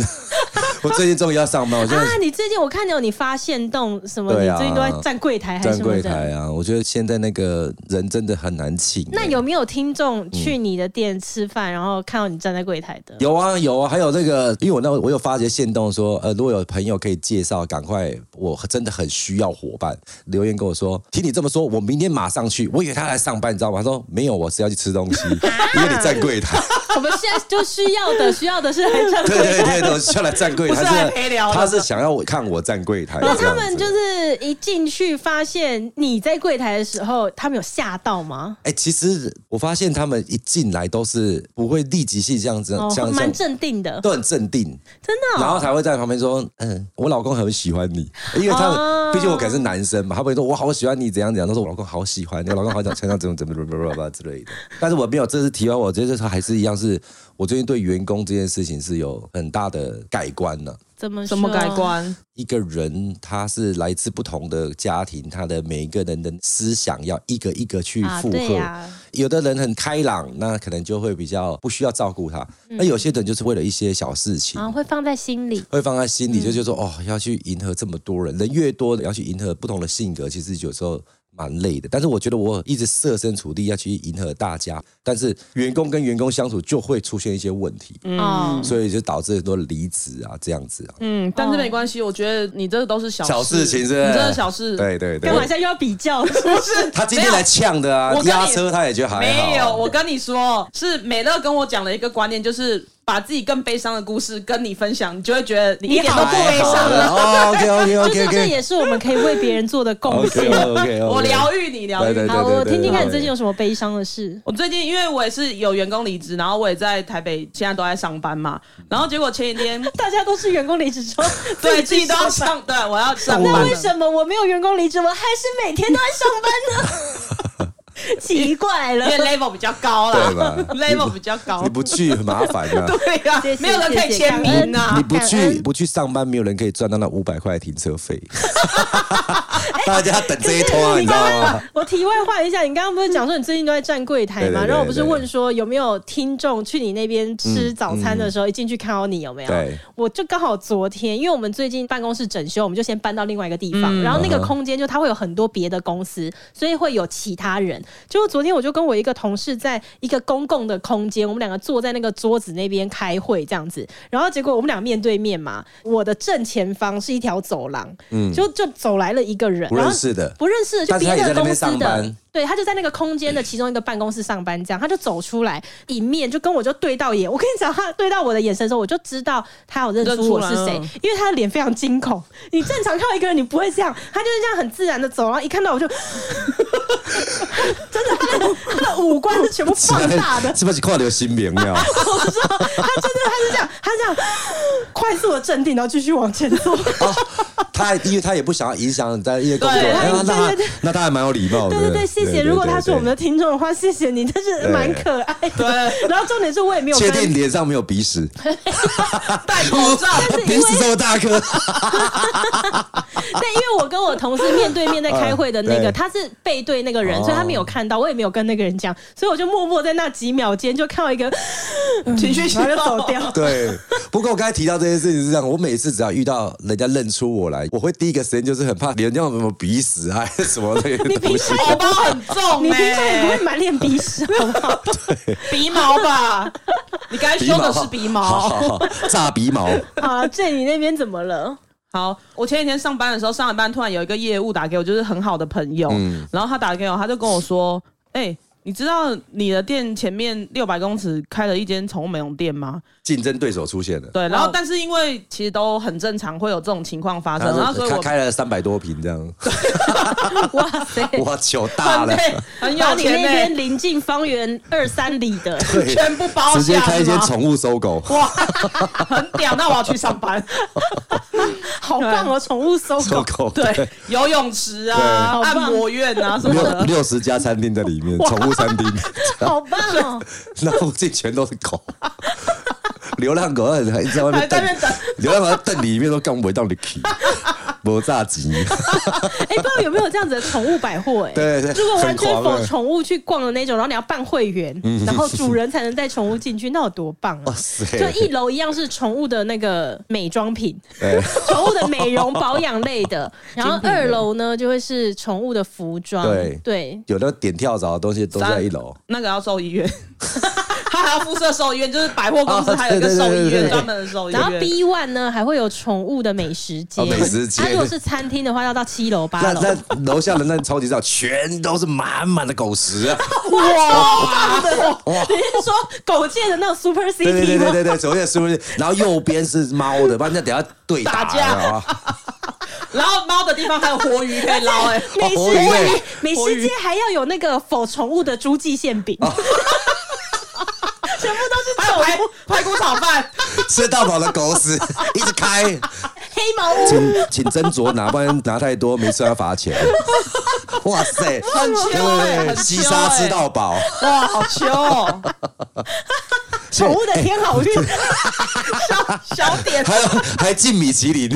Speaker 1: 我最近终于要上班，我现在
Speaker 3: 啊，你最近我看到你发现动什么，
Speaker 1: 对
Speaker 3: 你
Speaker 1: 啊
Speaker 3: 最近都在站柜台还是
Speaker 1: 站
Speaker 3: 什么
Speaker 1: 柜
Speaker 3: 的。
Speaker 1: 台啊，我觉得现在那个人真的很难请欸、
Speaker 3: 那有没有听众去你的店吃饭，然后看到你站在柜台的？
Speaker 1: 有啊有啊，还有那个，因为我那我有发觉线动说，呃，如果有朋友可以介绍，赶快，我真的很需要伙伴。留言跟我说，听你这么说，我明天马上去。我以为他来上班，你知道吗？他说没有，我是要去吃东西， 因为你站柜台。
Speaker 3: 我们现在就需要的，需要的是来站
Speaker 1: 对
Speaker 3: 柜
Speaker 1: 对对
Speaker 3: 台。
Speaker 1: 对，我是要来站柜台，
Speaker 2: 不是来陪聊的
Speaker 1: 他是想要我看我站柜台。
Speaker 3: 那
Speaker 1: 这
Speaker 3: 他
Speaker 1: 样
Speaker 3: 们
Speaker 1: 子
Speaker 3: 就是一进去发现你在柜台的时候，他们有吓到吗？
Speaker 1: 哎、其实我发现他们一进来都是不会立即性这样子，
Speaker 3: 哦
Speaker 1: 这，样这
Speaker 3: 蛮
Speaker 1: 样
Speaker 3: 镇定的，
Speaker 1: 都很镇定，
Speaker 3: 真的
Speaker 1: 呃然
Speaker 3: 哦、
Speaker 1: 后才会在旁边说：“嗯，我老公很喜欢你，因为他
Speaker 3: 哦
Speaker 1: 们毕竟我可是男生嘛，他们会说我好喜欢你怎样怎样，他说我老公好喜欢你，我老公好想想想怎么怎么怎么怎么怎么之类的。”但是我没有，这是题外话，我觉得这还是一样是，我最近对员工这件事情是有很大的改观呢、
Speaker 3: 怎么
Speaker 2: 什么
Speaker 3: 说啊
Speaker 2: 改？观？
Speaker 1: 一个人他是来自不同的家庭，他的每一个人的思想要一个一个去
Speaker 3: 啊，
Speaker 1: 附
Speaker 3: 对
Speaker 1: 和。
Speaker 3: 呀、
Speaker 1: 有的人很开朗，那可能就会比较不需要照顾他；
Speaker 3: 嗯
Speaker 1: 那有些人就是为了一些小事情，
Speaker 3: 然后会放在心里。
Speaker 1: 会放在心
Speaker 2: 嗯
Speaker 1: 里，就觉得说哦，要去迎合这么多人，人越多，要去迎合不同的性格，其实有时候蛮累的。但是我觉得我一直设身处地要去迎合大家，但是员工跟员工相处就会出现一些问题，
Speaker 3: 哦，
Speaker 1: 所以就导致很多离职啊这样子啊。
Speaker 2: 嗯，但是没关系，我觉得你这个都是小
Speaker 1: 小事情是不是
Speaker 2: 你这是小事。
Speaker 1: 对对对
Speaker 3: 干，嘛现在又要比 较？是不是？
Speaker 1: 他今天来呛的啊
Speaker 2: 没有我，跟你
Speaker 1: 压车他也觉得还好啊。
Speaker 2: 没有，我跟你说，是美乐跟我讲了一个观念，就是把自己更悲伤的故事跟你分享，你就会觉得你一点都不悲伤了。
Speaker 1: 哦，OK OK
Speaker 3: 就是
Speaker 1: OK
Speaker 3: 这
Speaker 1: OK
Speaker 3: 也是我们可以为别人做的贡
Speaker 1: OK
Speaker 3: 献。
Speaker 1: OK，
Speaker 2: 我疗愈你，疗
Speaker 1: 对
Speaker 2: 愈
Speaker 1: 对
Speaker 2: 你。
Speaker 3: 好，我听听
Speaker 1: 对对
Speaker 3: 看你
Speaker 1: 对
Speaker 3: 最近有什么悲伤的事。
Speaker 2: 我最近因为我也是有员工离职，然后我也在台北，现在都在上班嘛。然后结果前几天
Speaker 3: 大家都是员工离职之后，
Speaker 2: 对自
Speaker 3: 自己
Speaker 2: 己都要
Speaker 3: 上
Speaker 2: 上，对我要上
Speaker 3: 那
Speaker 2: 班
Speaker 3: 为
Speaker 2: 了。
Speaker 3: 什么我没有员工离职，我还是每天都在上班呢？ 奇怪了
Speaker 2: 因。为 level 比较高
Speaker 1: 对
Speaker 2: 啦
Speaker 1: 吧
Speaker 2: ，level 比较高
Speaker 1: 你，不去很麻烦啊的。
Speaker 2: 对呀
Speaker 3: 谢，谢
Speaker 2: 没有人可以
Speaker 3: 谢谢
Speaker 2: 签名啊呐
Speaker 1: 你。不
Speaker 3: 感
Speaker 1: 去
Speaker 3: 恩
Speaker 1: 不去上班，没有人可以赚到那五百块的停车 费。
Speaker 3: 哎
Speaker 1: 大家等这一通啊，你知道吗？
Speaker 3: 我题外话一下，你刚刚不是讲说你最近都在站柜台
Speaker 1: 对对
Speaker 3: 吗？
Speaker 1: 对嗯
Speaker 3: 然后我不是问说有没有听众去你那边吃早餐的时候一进去看到你有没有？
Speaker 1: 对，
Speaker 3: 我就刚好昨天，因为我们最近办公室整修，我们就先搬到另外一个地方，
Speaker 1: 嗯
Speaker 3: 然后那个空间就它会有很多别的公司，所以会有其他人。结果昨天我就跟我一个同事在一个公共的空间，我们两个坐在那个桌子那边开会这样子，然后结果我们俩面对面嘛，我的正前方是一条走廊，
Speaker 1: 嗯
Speaker 3: 就就走来了一个人，
Speaker 1: 不
Speaker 3: 然
Speaker 1: 认
Speaker 3: 后
Speaker 1: 识的，
Speaker 3: 不认识的，就
Speaker 1: 但是
Speaker 3: 别
Speaker 1: 他也
Speaker 3: 的
Speaker 1: 在那
Speaker 3: 公
Speaker 1: 边
Speaker 3: 司
Speaker 1: 上
Speaker 3: 的
Speaker 1: 班，
Speaker 3: 对，他就在那个空间的其中一个办公室上班，这样他就走出来，一面就跟我就对到眼。我跟你讲，他对到我的眼神的时候，我就知道他有认出我是
Speaker 2: 认出
Speaker 3: 谁
Speaker 2: 来了，
Speaker 3: 因为他的脸非常惊恐。你正常看到一个人，你不会这样，他就是这样很自然的走，然后一看到我就， 真的，他的他的五官是全部放大的
Speaker 1: ，是不是看到有啊新名了？
Speaker 3: 我知道，他真的他是这样，他是这样 快速的镇定，然后继续往前走。
Speaker 1: 他因为他也不想要影响大家一些工作，哎
Speaker 2: 对
Speaker 1: 那
Speaker 3: 对
Speaker 1: 他
Speaker 3: 对对
Speaker 1: 那他还蛮有礼貌的。
Speaker 3: 对对对，谢谢。如果他是我们的
Speaker 1: 的，
Speaker 3: 听众的话，谢谢你，但是蛮可爱 的。然后重点是我也没有
Speaker 1: 确
Speaker 3: 跟
Speaker 1: 定脸上没有鼻 屎，
Speaker 2: 戴口罩，
Speaker 3: 但是因
Speaker 1: 鼻
Speaker 3: 为
Speaker 1: 屎这么大颗，
Speaker 3: 但因为我跟我同事面对面在开会的那
Speaker 1: 嗯
Speaker 3: 个，
Speaker 1: 对
Speaker 3: 他是背啊对那个人，
Speaker 1: 哦
Speaker 3: 所以他没有看到，我也没有跟那个人讲，所以我就默默在那几秒间就看到一个，
Speaker 2: 情绪起
Speaker 3: 然后就
Speaker 2: 爆
Speaker 3: 走掉。
Speaker 1: 对，不过我刚才提到这件事情是这样，我每次只要遇到人家认出我来，我会第一个时间就是很怕人家有什么鼻屎啊什么那
Speaker 3: 你
Speaker 1: 个
Speaker 3: 平
Speaker 1: 东
Speaker 3: 常
Speaker 1: 西。
Speaker 3: 也
Speaker 2: 宝
Speaker 3: 不
Speaker 2: 宝很重、欸，
Speaker 3: 你平常也不会满脸鼻屎，好 不好？
Speaker 2: 鼻毛吧？你刚才说的是鼻毛。
Speaker 1: 啊 好好好，炸鼻毛，
Speaker 3: 好了，这你那边怎么 了？
Speaker 2: 好，我前几天上班的时候，上了班突然有一个业务打给我，就是很好的朋友，
Speaker 1: 嗯
Speaker 2: 然后他打给我，他就跟我说：“哎、你知道你的店前面六百公尺开了一间宠物美容店吗？
Speaker 1: 竞争对手出现了，
Speaker 2: 对，然
Speaker 3: 哦
Speaker 2: 后但是因为其实都很正常，会有这种情况发生，然后
Speaker 1: 他
Speaker 2: 所以
Speaker 1: 他
Speaker 2: 我
Speaker 1: 开了三百多瓶这样，
Speaker 3: 哇塞！
Speaker 1: 哇，球大了，
Speaker 2: 很很
Speaker 3: 把
Speaker 2: 有
Speaker 3: 你那
Speaker 2: 钱呢、
Speaker 3: 边临近方圆二三里 的，
Speaker 1: 对，
Speaker 2: 全部包下
Speaker 1: 直接开一间
Speaker 2: 是吗
Speaker 1: 宠物搜狗，
Speaker 2: 哇，很屌！那我要去上班。
Speaker 3: 好棒哦！宠物搜
Speaker 1: 搜
Speaker 3: 狗，
Speaker 1: 狗，
Speaker 2: 对，游泳池啊，
Speaker 3: 对
Speaker 2: 按摩院啊什么
Speaker 1: 六
Speaker 2: 的。
Speaker 1: 六十家餐厅在里面，宠物餐厅，
Speaker 3: 好棒哦！
Speaker 1: 那附近全都是狗。流浪狗很很在外面
Speaker 2: 还在那边
Speaker 1: 瞪
Speaker 2: 等，
Speaker 1: 流浪狗在瞪你里面都干不到你 去，没炸鸡。
Speaker 3: 哎、不知道有没有这样子的宠物百货、哎，
Speaker 1: 对对
Speaker 3: 如果完全
Speaker 1: 很狂嗯
Speaker 3: 否
Speaker 1: 哎
Speaker 3: 宠物去逛的那种，然后你要办会员，然后主人才能带宠物进去，那有多 棒
Speaker 1: 哇
Speaker 3: 啊！
Speaker 1: 塞！
Speaker 3: 就一楼一样是宠物的那个美妆品，
Speaker 1: 哎
Speaker 3: 宠物的美容保养类 的，然后二楼呢就会是宠物的服装，
Speaker 1: 对
Speaker 3: 对，
Speaker 1: 有那个点跳蚤的东西都在一楼。
Speaker 2: 那个要兽医院， 他还要附设兽医院，就是百货公司
Speaker 1: 哦
Speaker 2: 还有一个
Speaker 1: 对对
Speaker 2: 兽
Speaker 1: 对对
Speaker 2: 医院，
Speaker 1: 对
Speaker 2: 专门的兽医院。
Speaker 3: 然后 B one 呢还会有宠物的美食街，
Speaker 1: 哦美食街
Speaker 3: 啊如果是餐厅的话，要到七楼八
Speaker 1: 那
Speaker 3: 楼。
Speaker 1: 那楼下的那超级市场全都是满满的狗食啊！
Speaker 3: 你是说狗界的那种 Super
Speaker 1: 对对对对
Speaker 3: City 吗？
Speaker 1: 对对，左边是不是？然后右边是猫的，不然那等下对打
Speaker 2: 打架
Speaker 1: 啊！
Speaker 2: 然后猫的地方还有活鱼可以捞，哎，
Speaker 3: 美
Speaker 1: 哦
Speaker 3: 食
Speaker 1: 我以为
Speaker 3: 街，美食街还要有那个否宠物的猪记馅饼， 全部都是
Speaker 2: 还有排排骨炒饭，
Speaker 1: 吃到饱的狗屎 一直开，
Speaker 3: 黑毛屋。
Speaker 1: 请请斟酌拿，不然拿太多没吃要罚 钱。哇塞，
Speaker 2: 很
Speaker 1: 对
Speaker 2: 秋哎，
Speaker 1: 对
Speaker 2: 很
Speaker 1: 对，
Speaker 2: 秋
Speaker 1: 西沙吃到饱，
Speaker 2: 哎 哇，好秋哦，
Speaker 3: 宠物的天好运，
Speaker 2: 小点
Speaker 1: 还有还进米其林，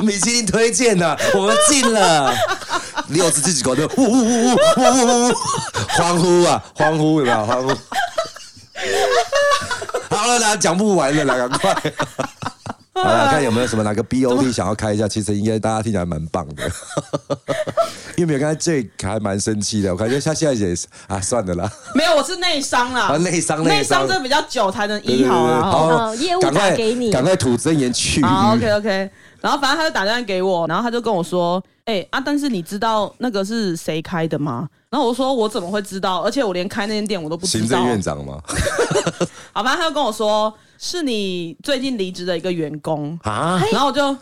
Speaker 1: 米其林推荐的，我们进了，六只自己狗就呜呜呜呜呜呜呜，欢呼啊，欢呼有没有？欢呼。好了啦，讲不完了啦，赶快。好了，看有没有什么哪个 BOT 想要开一下？其实应该大家听起来蛮棒的，因为没有刚才 Jake 还蛮生气的，我感觉他现在也是啊，算了啦，
Speaker 2: 没有，我是内伤啦
Speaker 1: 啊，，内伤
Speaker 2: 内
Speaker 1: 伤
Speaker 2: 伤这比较久才能
Speaker 1: 对
Speaker 2: 医好
Speaker 1: 对对
Speaker 2: 啦。
Speaker 1: 对
Speaker 2: 哦
Speaker 3: 好业务
Speaker 1: 赶
Speaker 3: 打
Speaker 1: 快
Speaker 3: 给你
Speaker 1: 赶快吐真言去。
Speaker 2: 好，OK OK。然后反正他就打电话给我，然后他就跟我说：“哎、啊，但是你知道那个是谁开的吗？”然后我说：“我怎么会知道？而且我连开那间店我都不知
Speaker 1: 行
Speaker 2: 道
Speaker 1: 政。院长吗？”
Speaker 2: 好吧，他就跟我说：“是你最近离职的一个员工。”
Speaker 1: 啊，
Speaker 2: 然后我就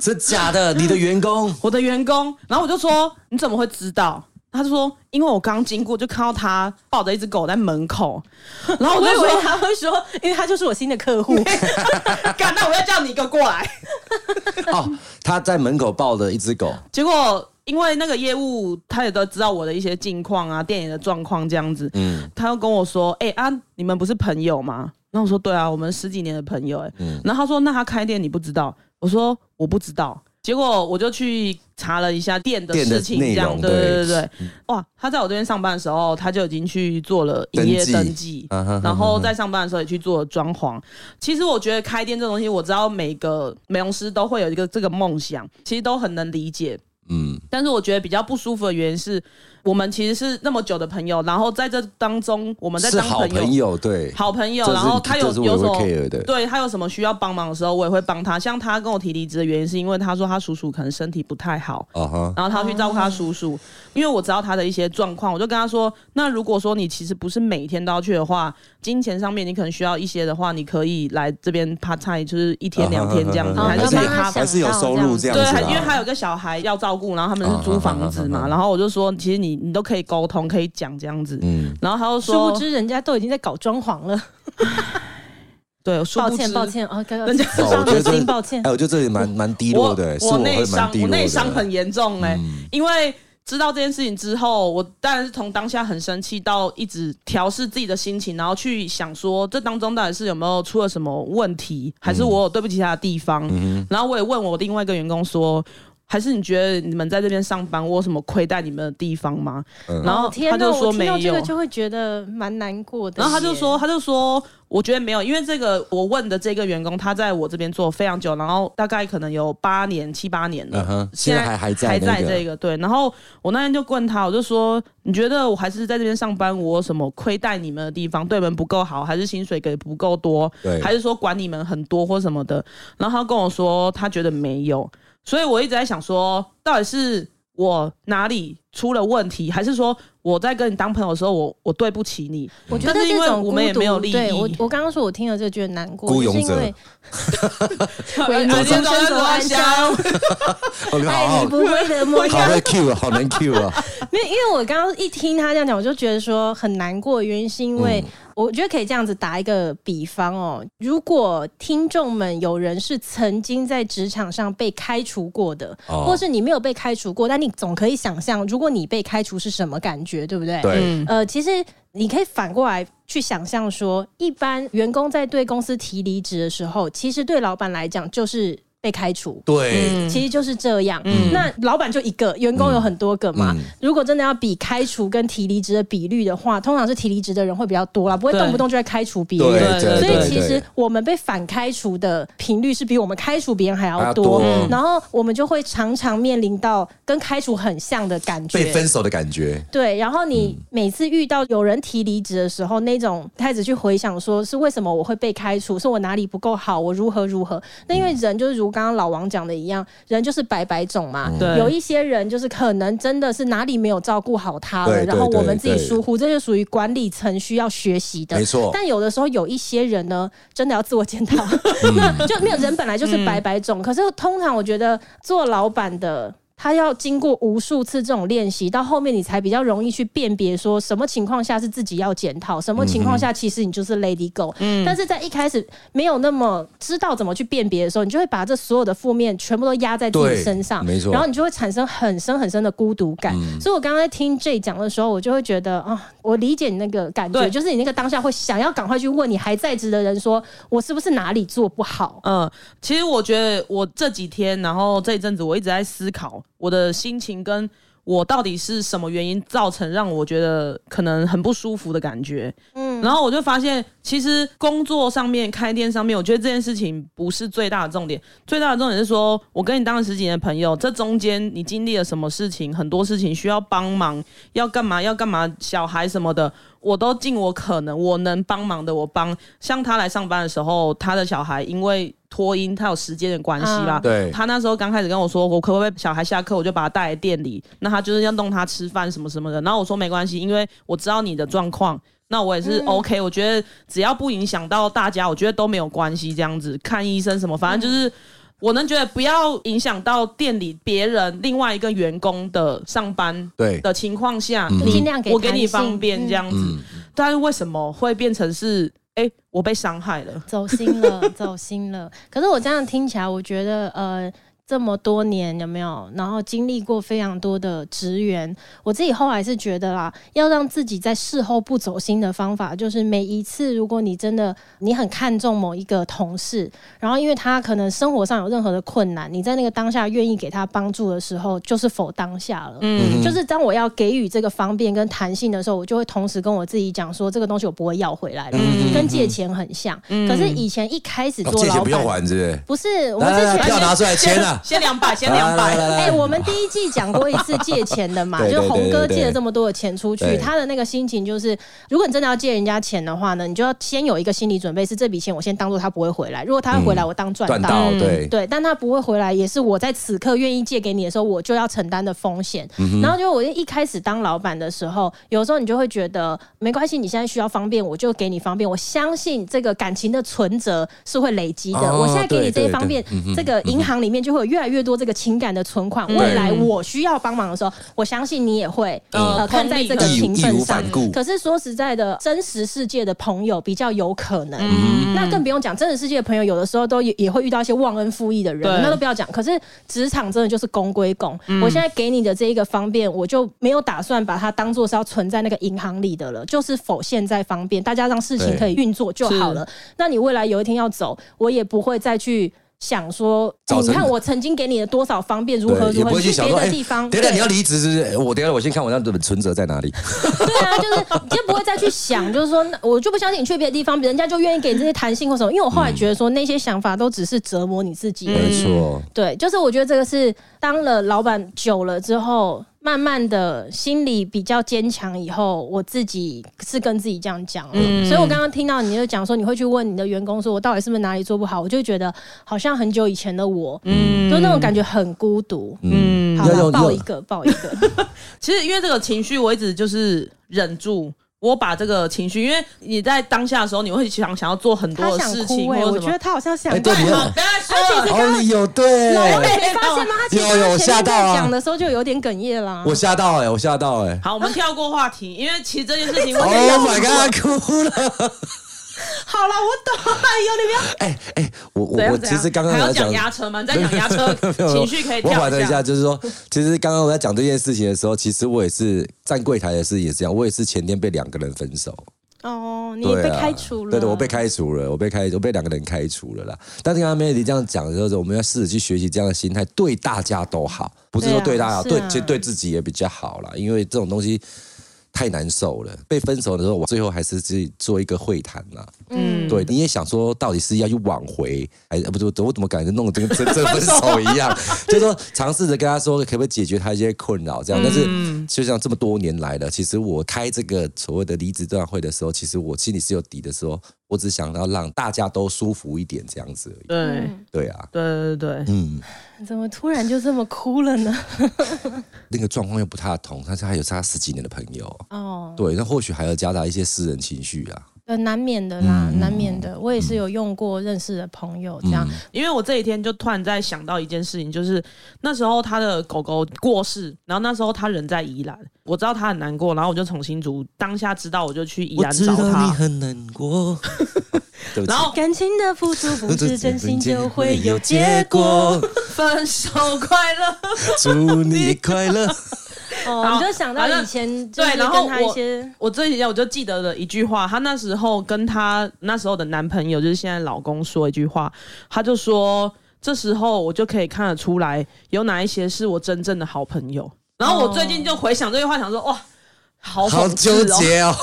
Speaker 1: 真假的？你的员工？
Speaker 2: 我的员工，然后我就说：“你怎么会知道？”他就说：“因为我刚经过，就看到他抱着一只狗在门口。”然后我
Speaker 3: 我
Speaker 2: 就
Speaker 3: 以
Speaker 2: 说
Speaker 3: 为他会说，因为他就是我新的客户，：“
Speaker 2: 干，那我要叫你一个过来。”
Speaker 1: 哦，他在门口抱着一只狗，
Speaker 2: 结果因为那个业务，他也都知道我的一些近况啊，店里的状况这样子，
Speaker 1: 嗯
Speaker 2: 他又跟我说：“哎、啊，你们不是朋友吗？”然后我说：“对啊，我们十几年的朋友、哎、
Speaker 1: 嗯
Speaker 2: 然后他说：“那他开店你不知道？”我说：“我不知道。”结果我就去查了一下店的
Speaker 1: 店的
Speaker 2: 事情，
Speaker 1: 内
Speaker 2: 这样
Speaker 1: 容
Speaker 2: 对
Speaker 1: 对嗯
Speaker 2: 对对对，哇！他在我这边上班的时候，他就已经去做了营
Speaker 1: 登
Speaker 2: 业
Speaker 1: 记
Speaker 2: 登记，
Speaker 1: 啊哈哈
Speaker 2: 然后在上班的时候也去做了装潢。其实我觉得开店这东西，我知道每个美容师都会有一个这个梦想，其实都很能理解。
Speaker 1: 嗯，
Speaker 2: 但是我觉得比较不舒服的原因是，我们其实是那么久的朋友，然后在这当中，我们在
Speaker 1: 是
Speaker 2: 当
Speaker 1: 好
Speaker 2: 朋
Speaker 1: 朋
Speaker 2: 友。
Speaker 1: 友，对，
Speaker 2: 好朋友，
Speaker 1: 这是
Speaker 2: 然后他有
Speaker 1: 这是我
Speaker 2: 有什
Speaker 1: 会
Speaker 2: 么
Speaker 1: care 的
Speaker 2: 对他有什么需要帮忙的时候，我也会帮他。像他跟我提离职的原因，是因为他说他叔叔可能身体不太好，
Speaker 1: 啊哈，
Speaker 2: 然后他去照顾他叔叔，因为我知道他的一些状况，我就跟他说，那如果说你其实不是每天都要去的话，金钱上面你可能需要一些的话，你可以来这边 part time，就是一天两天这样子，
Speaker 3: 啊哈
Speaker 2: 还
Speaker 3: 还
Speaker 2: 是
Speaker 3: 是
Speaker 2: 可以
Speaker 3: 帮他想
Speaker 2: cover
Speaker 1: 还是有收入这样子啊
Speaker 2: 对，
Speaker 1: 啦，
Speaker 2: 还因为他有个小孩要照顾，然后他们是租房子
Speaker 1: 啊啊啊啊
Speaker 2: 嘛，
Speaker 1: 啊
Speaker 2: 然后我就说，其实你你都可以沟通，可以讲这样子。
Speaker 1: 嗯，
Speaker 2: 然后他就
Speaker 3: 殊
Speaker 2: 说
Speaker 3: 不，知人家都已经在搞装潢了。
Speaker 2: 对，殊
Speaker 3: 抱
Speaker 2: 不
Speaker 3: 歉，
Speaker 2: 知
Speaker 3: 抱。歉啊，刚刚
Speaker 2: 人家
Speaker 1: 哦我
Speaker 3: 伤
Speaker 1: 觉得
Speaker 3: 人
Speaker 1: 这
Speaker 3: 心，抱歉
Speaker 1: 哎，。我觉得这里蛮蛮低落
Speaker 2: 我
Speaker 1: 的，是嗯
Speaker 2: 我
Speaker 1: 会
Speaker 2: 内
Speaker 1: 蛮
Speaker 2: 伤，
Speaker 1: 低
Speaker 2: 我
Speaker 1: 落
Speaker 2: 内伤
Speaker 1: 的。
Speaker 2: 欸很严重哎、因为知道这件事情之后，我当然是从当下很生气到一直调试自己的心情，然后去想说这当中到底是有没有出了什么问题，还
Speaker 1: 嗯
Speaker 2: 是我有对不起他的地方。然后我也问我另外一个员工说。还是你觉得你们在这边上班，我有什么亏待你们的地方吗？
Speaker 1: 嗯
Speaker 2: 然后
Speaker 3: 哦天
Speaker 2: 他就说
Speaker 3: 我
Speaker 2: 没
Speaker 3: 听到
Speaker 2: 有，
Speaker 3: 这个就会觉得蛮难过的。
Speaker 2: 然后他就说，，他就说，我觉得没有，因为这个我问的这个员工，他在我这边做非常久，然后大概可能有八年、七八年了，
Speaker 1: 嗯哼现
Speaker 2: 现
Speaker 1: 在还还在
Speaker 2: 还
Speaker 1: 那个
Speaker 2: 这个对。然后我那天就问他，我就说，你觉得我还是在这边上班，我有什么亏待你们的地方？对你们不够好，还是薪水给不够多
Speaker 1: 对，
Speaker 2: 还是说管你们很多或什么的？然后他跟我说，他觉得没有，所以我一直在想说，到底是我哪里出了问题，还是说我在跟你当朋友的时候，我我对不起你？
Speaker 3: 我觉得
Speaker 2: 但是因
Speaker 3: 这
Speaker 2: 为
Speaker 3: 种
Speaker 2: 我们也
Speaker 3: 孤独
Speaker 2: 没有利益
Speaker 3: 对我，我刚刚说我听了这觉得难过，
Speaker 1: 孤
Speaker 3: 就
Speaker 1: 勇
Speaker 3: 是因
Speaker 1: 者
Speaker 3: 为为
Speaker 2: 每
Speaker 3: 母
Speaker 2: 天
Speaker 3: 亲
Speaker 2: 早
Speaker 3: 生
Speaker 2: 上
Speaker 3: 所
Speaker 2: 都在
Speaker 3: 安
Speaker 2: 想
Speaker 3: 香，
Speaker 1: 哦你们好
Speaker 3: 爱
Speaker 1: 好
Speaker 3: 哎你不会的模样。
Speaker 1: 好会 Q，好能 Q 啊！
Speaker 3: 没有，因为我刚刚一听他这样讲，我就觉得说很难过，原因是因为我觉得可以这样子打一个比方哦，如果听众们有人是曾经在职场上被开除过的，
Speaker 1: 哦
Speaker 3: 或是你没有被开除过，但你总可以想象，如果你被开除是什么感觉，对不对？
Speaker 1: 对，
Speaker 2: 嗯，
Speaker 3: 呃，其实你可以反过来去想象说，一般员工在对公司提离职的时候，其实对老板来讲就是被开除。
Speaker 1: 对，
Speaker 3: 其实就是这样。那老板就一个，员工有很多个嘛。
Speaker 1: 嗯
Speaker 3: 如果真的要比开除跟提离职的比率的话，通常是提离职的人会比较多啦，不会
Speaker 2: 对
Speaker 3: 动不动就在开除别
Speaker 1: 对
Speaker 3: 人。
Speaker 2: 对
Speaker 1: 对
Speaker 3: 所
Speaker 1: 对
Speaker 3: 以其
Speaker 1: 对
Speaker 3: 实我们被反开除的频率是比我们开除别人
Speaker 1: 还
Speaker 3: 还要
Speaker 1: 要
Speaker 3: 多
Speaker 1: 多嗯，
Speaker 3: 然后我们就会常常面临到跟开除很像的感觉。
Speaker 1: 被分手的感觉，
Speaker 3: 对，然后你
Speaker 1: 嗯
Speaker 3: 每次遇到有人提离职的时候，那种开始去回想，说是为什么我会被开除，是我哪里不够好，我如何如何。那因为人就是如刚刚老王讲的一样，人就是百百种嘛。
Speaker 1: 嗯
Speaker 2: 对
Speaker 3: 有一些人就是可能真的是哪里没有照顾好他了，
Speaker 1: 对
Speaker 3: 然后
Speaker 1: 对
Speaker 3: 我们自己
Speaker 1: 对
Speaker 3: 疏忽，这就属于管理层需要学习的。
Speaker 1: 没错
Speaker 3: 但有的时候有一些人呢，真的要自我检讨，
Speaker 1: 嗯
Speaker 3: 那 就没有人本来就是百百种。可是通常我觉得做老板的。他要经过无数次这种练习，到后面你才比较容易去辨别，说什么情况下是自己要检讨，什么情
Speaker 1: 嗯
Speaker 3: 况下其实你就是 Lady Go。但是在一开始没有那么知道怎么去辨别的时候，你就会把这所有的负面全部都压在自己
Speaker 1: 对
Speaker 3: 身上，
Speaker 1: 没错
Speaker 3: 然后你就会产生很深很深的孤独感。所以我刚刚在听 J 讲的时候，我就会觉得啊，我理解你那个感觉，
Speaker 2: 对
Speaker 3: 就是你那个当下会想要赶快去问你还在职的人说，我是不是哪里做不好？
Speaker 2: 嗯，其实我觉得我这几天，然后这一阵子，我一直在思考我的心情，跟我到底是什么原因造成让我觉得可能很不舒服的感觉。嗯，然后我就发现，其实工作上面、开店上面，我觉得这件事情不是最大的重点，最大的重点是说我跟你当了十几年的朋友，这中间你经历了什么事情，很多事情需要帮忙，要干嘛要干嘛，小孩什么的，我都尽我可能，我能帮忙的我帮。像他来上班的时候，他的小孩因为脱音，他有时间的关系吧，
Speaker 3: 嗯
Speaker 1: 对
Speaker 2: 他那时候刚开始跟我说，我可不可以小孩下课我就把他带来店里，那他就是要弄他吃饭什么什么的。然后我说没关系，因为我知道你的状况，那我也是 OK、我觉得只要不影响到大家，我觉得都没有关系。这样子看医生什么，反正就是。我能觉得不要影响到店里别人另外一个员工的上班
Speaker 1: 对
Speaker 2: 的情况下，
Speaker 1: 嗯
Speaker 3: 尽量给
Speaker 2: 我给
Speaker 3: 弹
Speaker 2: 你
Speaker 3: 性
Speaker 2: 方便这，样子。
Speaker 1: 嗯，
Speaker 2: 但是为什么会变成是哎、诶我被伤害了
Speaker 3: 嗯？ 走心了，走心了。可是我这样听起来，我觉得呃。这么多年有没有？然后经历过非常多的职员，我自己后来是觉得啦，要让自己在事后不走心的方法，就是每一次如果你真的你很看重某一个同事，然后因为他可能生活上有任何的困难，你在那个当下愿意给他帮助的时候，就是否当下了。
Speaker 2: 嗯，
Speaker 3: 就是当我要给予这个方便跟弹性的时候，我就会同时跟我自己讲说，这个东西我不会要回来了，跟借钱很像。可是以前一开始
Speaker 1: 嗯哦
Speaker 3: 做
Speaker 1: 借钱
Speaker 3: 老
Speaker 1: 不用还，
Speaker 3: 板，
Speaker 1: 是不是？
Speaker 3: 不是我们
Speaker 1: 来
Speaker 3: 之
Speaker 1: 来来，
Speaker 3: 前
Speaker 1: 票拿出来签啊！
Speaker 2: 先两 百，先
Speaker 1: 来来
Speaker 2: 两百。
Speaker 1: 来
Speaker 3: 哎、
Speaker 1: 来来，
Speaker 3: 我们第一季讲过一次借钱的嘛，
Speaker 1: 对对
Speaker 3: 就
Speaker 1: 对
Speaker 3: 红
Speaker 1: 对
Speaker 3: 哥
Speaker 1: 对
Speaker 3: 借了这么多的钱出去，
Speaker 1: 对
Speaker 3: 他的那个心情就是，如果你真的要借人家钱的话呢，你就要先有一个心理准备，是这笔钱我先当做他不会回来，如果他会回来，我当赚
Speaker 1: 赚
Speaker 3: 到。
Speaker 1: 到
Speaker 2: 嗯
Speaker 1: 对，
Speaker 3: 对，但他不会回来，也是我在此刻愿意借给你的时候，我就要承担的风险。
Speaker 1: 嗯
Speaker 3: 然后就我一开始当老板的时候，有时候你就会觉得没关系，你现在需要方便，我就给你方便。我相信这个感情的存折是会累积的，
Speaker 1: 哦
Speaker 3: 我现在给你
Speaker 1: 对
Speaker 3: 这些
Speaker 1: 对
Speaker 3: 方
Speaker 1: 对
Speaker 3: 便，这个银行里面就会有越来越多这个情感的存款，
Speaker 2: 嗯
Speaker 3: 未来我需要帮忙的时候，我相信你也会
Speaker 2: 嗯
Speaker 3: 呃看在这个
Speaker 2: 同
Speaker 1: 义无
Speaker 3: 情
Speaker 1: 义
Speaker 3: 分
Speaker 1: 无
Speaker 3: 上
Speaker 1: 反。顾。
Speaker 3: 可是说实在的，真实世界的朋友比较有可能。
Speaker 2: 嗯
Speaker 3: 那更不用讲，真实世界的朋友有的时候都也也会遇到一些忘恩负义的人
Speaker 2: 对，嗯
Speaker 3: 那都不要讲。可是职场真的就是公归公，我现在给你的这一个方便，我就没有打算把它当做是要存在那个银行里的了，就是否现在方便，大家让事情可以运作就好了。那你未来有一天要走，我也不会再去。想说，哎
Speaker 1: 找
Speaker 3: 你
Speaker 1: 成
Speaker 3: 看我曾经给你的多少方便，如何
Speaker 1: 对，也
Speaker 3: 如
Speaker 1: 不
Speaker 3: 何，
Speaker 1: 会
Speaker 3: 你
Speaker 1: 去
Speaker 3: 去
Speaker 1: 想
Speaker 3: 别
Speaker 1: 说，
Speaker 3: 的
Speaker 1: 哎
Speaker 3: 地，方，
Speaker 1: 等一下
Speaker 3: 对
Speaker 1: 你要离职是不是？我等一下我先看我那本存折在哪里。
Speaker 3: 对啊，就是你就不会再去想，就是说，那我就不相信你去别的地方，人家就愿意给你这些弹性或什么。因为我后来觉得说，那些想法都只是折磨你自己而
Speaker 1: 没
Speaker 3: 已。
Speaker 1: 错，
Speaker 3: 对，就是我觉得这个是当了老板久了之后，慢慢的心理比较坚强以后，我自己是跟自己这样讲了。
Speaker 1: 嗯
Speaker 3: 所以我刚刚听到你就讲说，你会去问你的员工说，我到底是不是哪里做不好？我就觉得好像很久以前的我，嗯，就那种感觉很孤独。
Speaker 1: 嗯，
Speaker 3: 好
Speaker 1: 要
Speaker 3: 了，
Speaker 1: 用
Speaker 3: 抱一
Speaker 1: 用
Speaker 3: 个，抱一个。
Speaker 2: 其实因为这个情绪，我一直就是忍住。我把这个情绪，因为你在当下的时候，你会想想要做很多
Speaker 3: 他
Speaker 2: 的
Speaker 3: 想
Speaker 2: 事情
Speaker 3: 哭哎、
Speaker 2: 或
Speaker 3: 我
Speaker 2: 者什
Speaker 3: 觉
Speaker 2: 么
Speaker 3: 得。他好像想
Speaker 1: 哎
Speaker 3: 哭
Speaker 1: 对你要
Speaker 2: 大家说
Speaker 3: 他其实
Speaker 1: 哦，你有对，
Speaker 3: 没发现吗？他其实
Speaker 1: 有有
Speaker 3: 他前面
Speaker 1: 吓到啊
Speaker 3: 在讲的时候就有点哽咽啦。
Speaker 1: 我吓到哎、我吓到哎、
Speaker 2: 好，我们跳过话题，因为其实这件 事情我
Speaker 1: Oh
Speaker 2: 觉得
Speaker 1: my god，哭了！
Speaker 2: 好了，我懂 了，有你不要
Speaker 1: 哎哎，我
Speaker 2: 怎
Speaker 1: 我
Speaker 2: 样
Speaker 1: 我
Speaker 2: 怎
Speaker 1: 其
Speaker 2: 样
Speaker 1: 实刚刚
Speaker 2: 还要
Speaker 1: 在
Speaker 2: 讲
Speaker 1: 讲，
Speaker 2: 压车吗？你在讲压车
Speaker 1: 没有
Speaker 2: 情绪可以
Speaker 1: 我
Speaker 2: 跳
Speaker 1: 缓和一下，
Speaker 2: 下。
Speaker 1: 就是说，其实刚刚我在讲这件事情的时候，其实我也是站柜台的事情也是这样，我也是前天被两个人分手，
Speaker 3: 哦，你
Speaker 1: 对
Speaker 3: 被
Speaker 1: 啊
Speaker 3: 开除了。
Speaker 1: 对对，我被。开除了，我被开，我被两个人开除了啦。但是刚刚 Melody 这样讲的时候，我们要试着去学习这样的心态，对大家都好，不是说
Speaker 3: 对啊
Speaker 1: 对大家好，
Speaker 3: 是
Speaker 1: 对
Speaker 3: 啊
Speaker 1: 其实对自己也比较好啦，因为这种东西。太难受了，被分手的时候，我最后还是自己做一个会谈啦。
Speaker 3: 嗯，
Speaker 1: 对，你也想说，到底是要去挽回，还是呃不是？我怎么感觉弄得跟真正分手
Speaker 3: 啊
Speaker 1: 一样？就是说尝试着跟他说，可不可以解决他一些困扰，这样。但
Speaker 3: 嗯
Speaker 1: 是就像这么多年来了，其实我开这个所谓的离职座谈会的时候，其实我心里是有底的，说我只想要让大家都舒服一点，这样子而已。
Speaker 2: 对
Speaker 1: 对啊，
Speaker 2: 对对对对，
Speaker 1: 嗯，
Speaker 3: 怎么突然就这么哭了呢？
Speaker 1: 那个状况又不太同，但是他有差十几年的朋友，
Speaker 3: 哦，
Speaker 1: 对，那或许还要夹杂一些私人情绪啊。
Speaker 3: 呃，难免的啦，
Speaker 1: 嗯嗯
Speaker 3: 难免的。我也是有用过认识的朋友这样。
Speaker 2: 因为我这几天就突然在想到一件事情，就是那时候他的狗狗过世，然后那时候他人在宜兰，我知道他很难过，然后我就从新竹当下知道，我就去宜
Speaker 1: 我
Speaker 2: 兰
Speaker 1: 知
Speaker 2: 找
Speaker 1: 道你
Speaker 2: 他，
Speaker 1: 很难过， 对不起
Speaker 2: 然。后
Speaker 3: 感情的付出不是真心就会有结果。
Speaker 1: 果。
Speaker 2: 分手快乐。
Speaker 1: 祝你快乐。
Speaker 3: 哦，你就想到以前就是
Speaker 2: 对然后
Speaker 3: 跟他一些
Speaker 2: 我这几天我就记得了一句话，她那时候跟她那时候的男朋友，就是现在老公说一句话，她就说：“这时候我就可以看得出来，有哪一些是我真正的好朋友。”然后我最近就回想这句话，想说：“哇， 好
Speaker 1: 好
Speaker 2: 讽刺
Speaker 1: 纠
Speaker 2: 哦
Speaker 1: 结哦。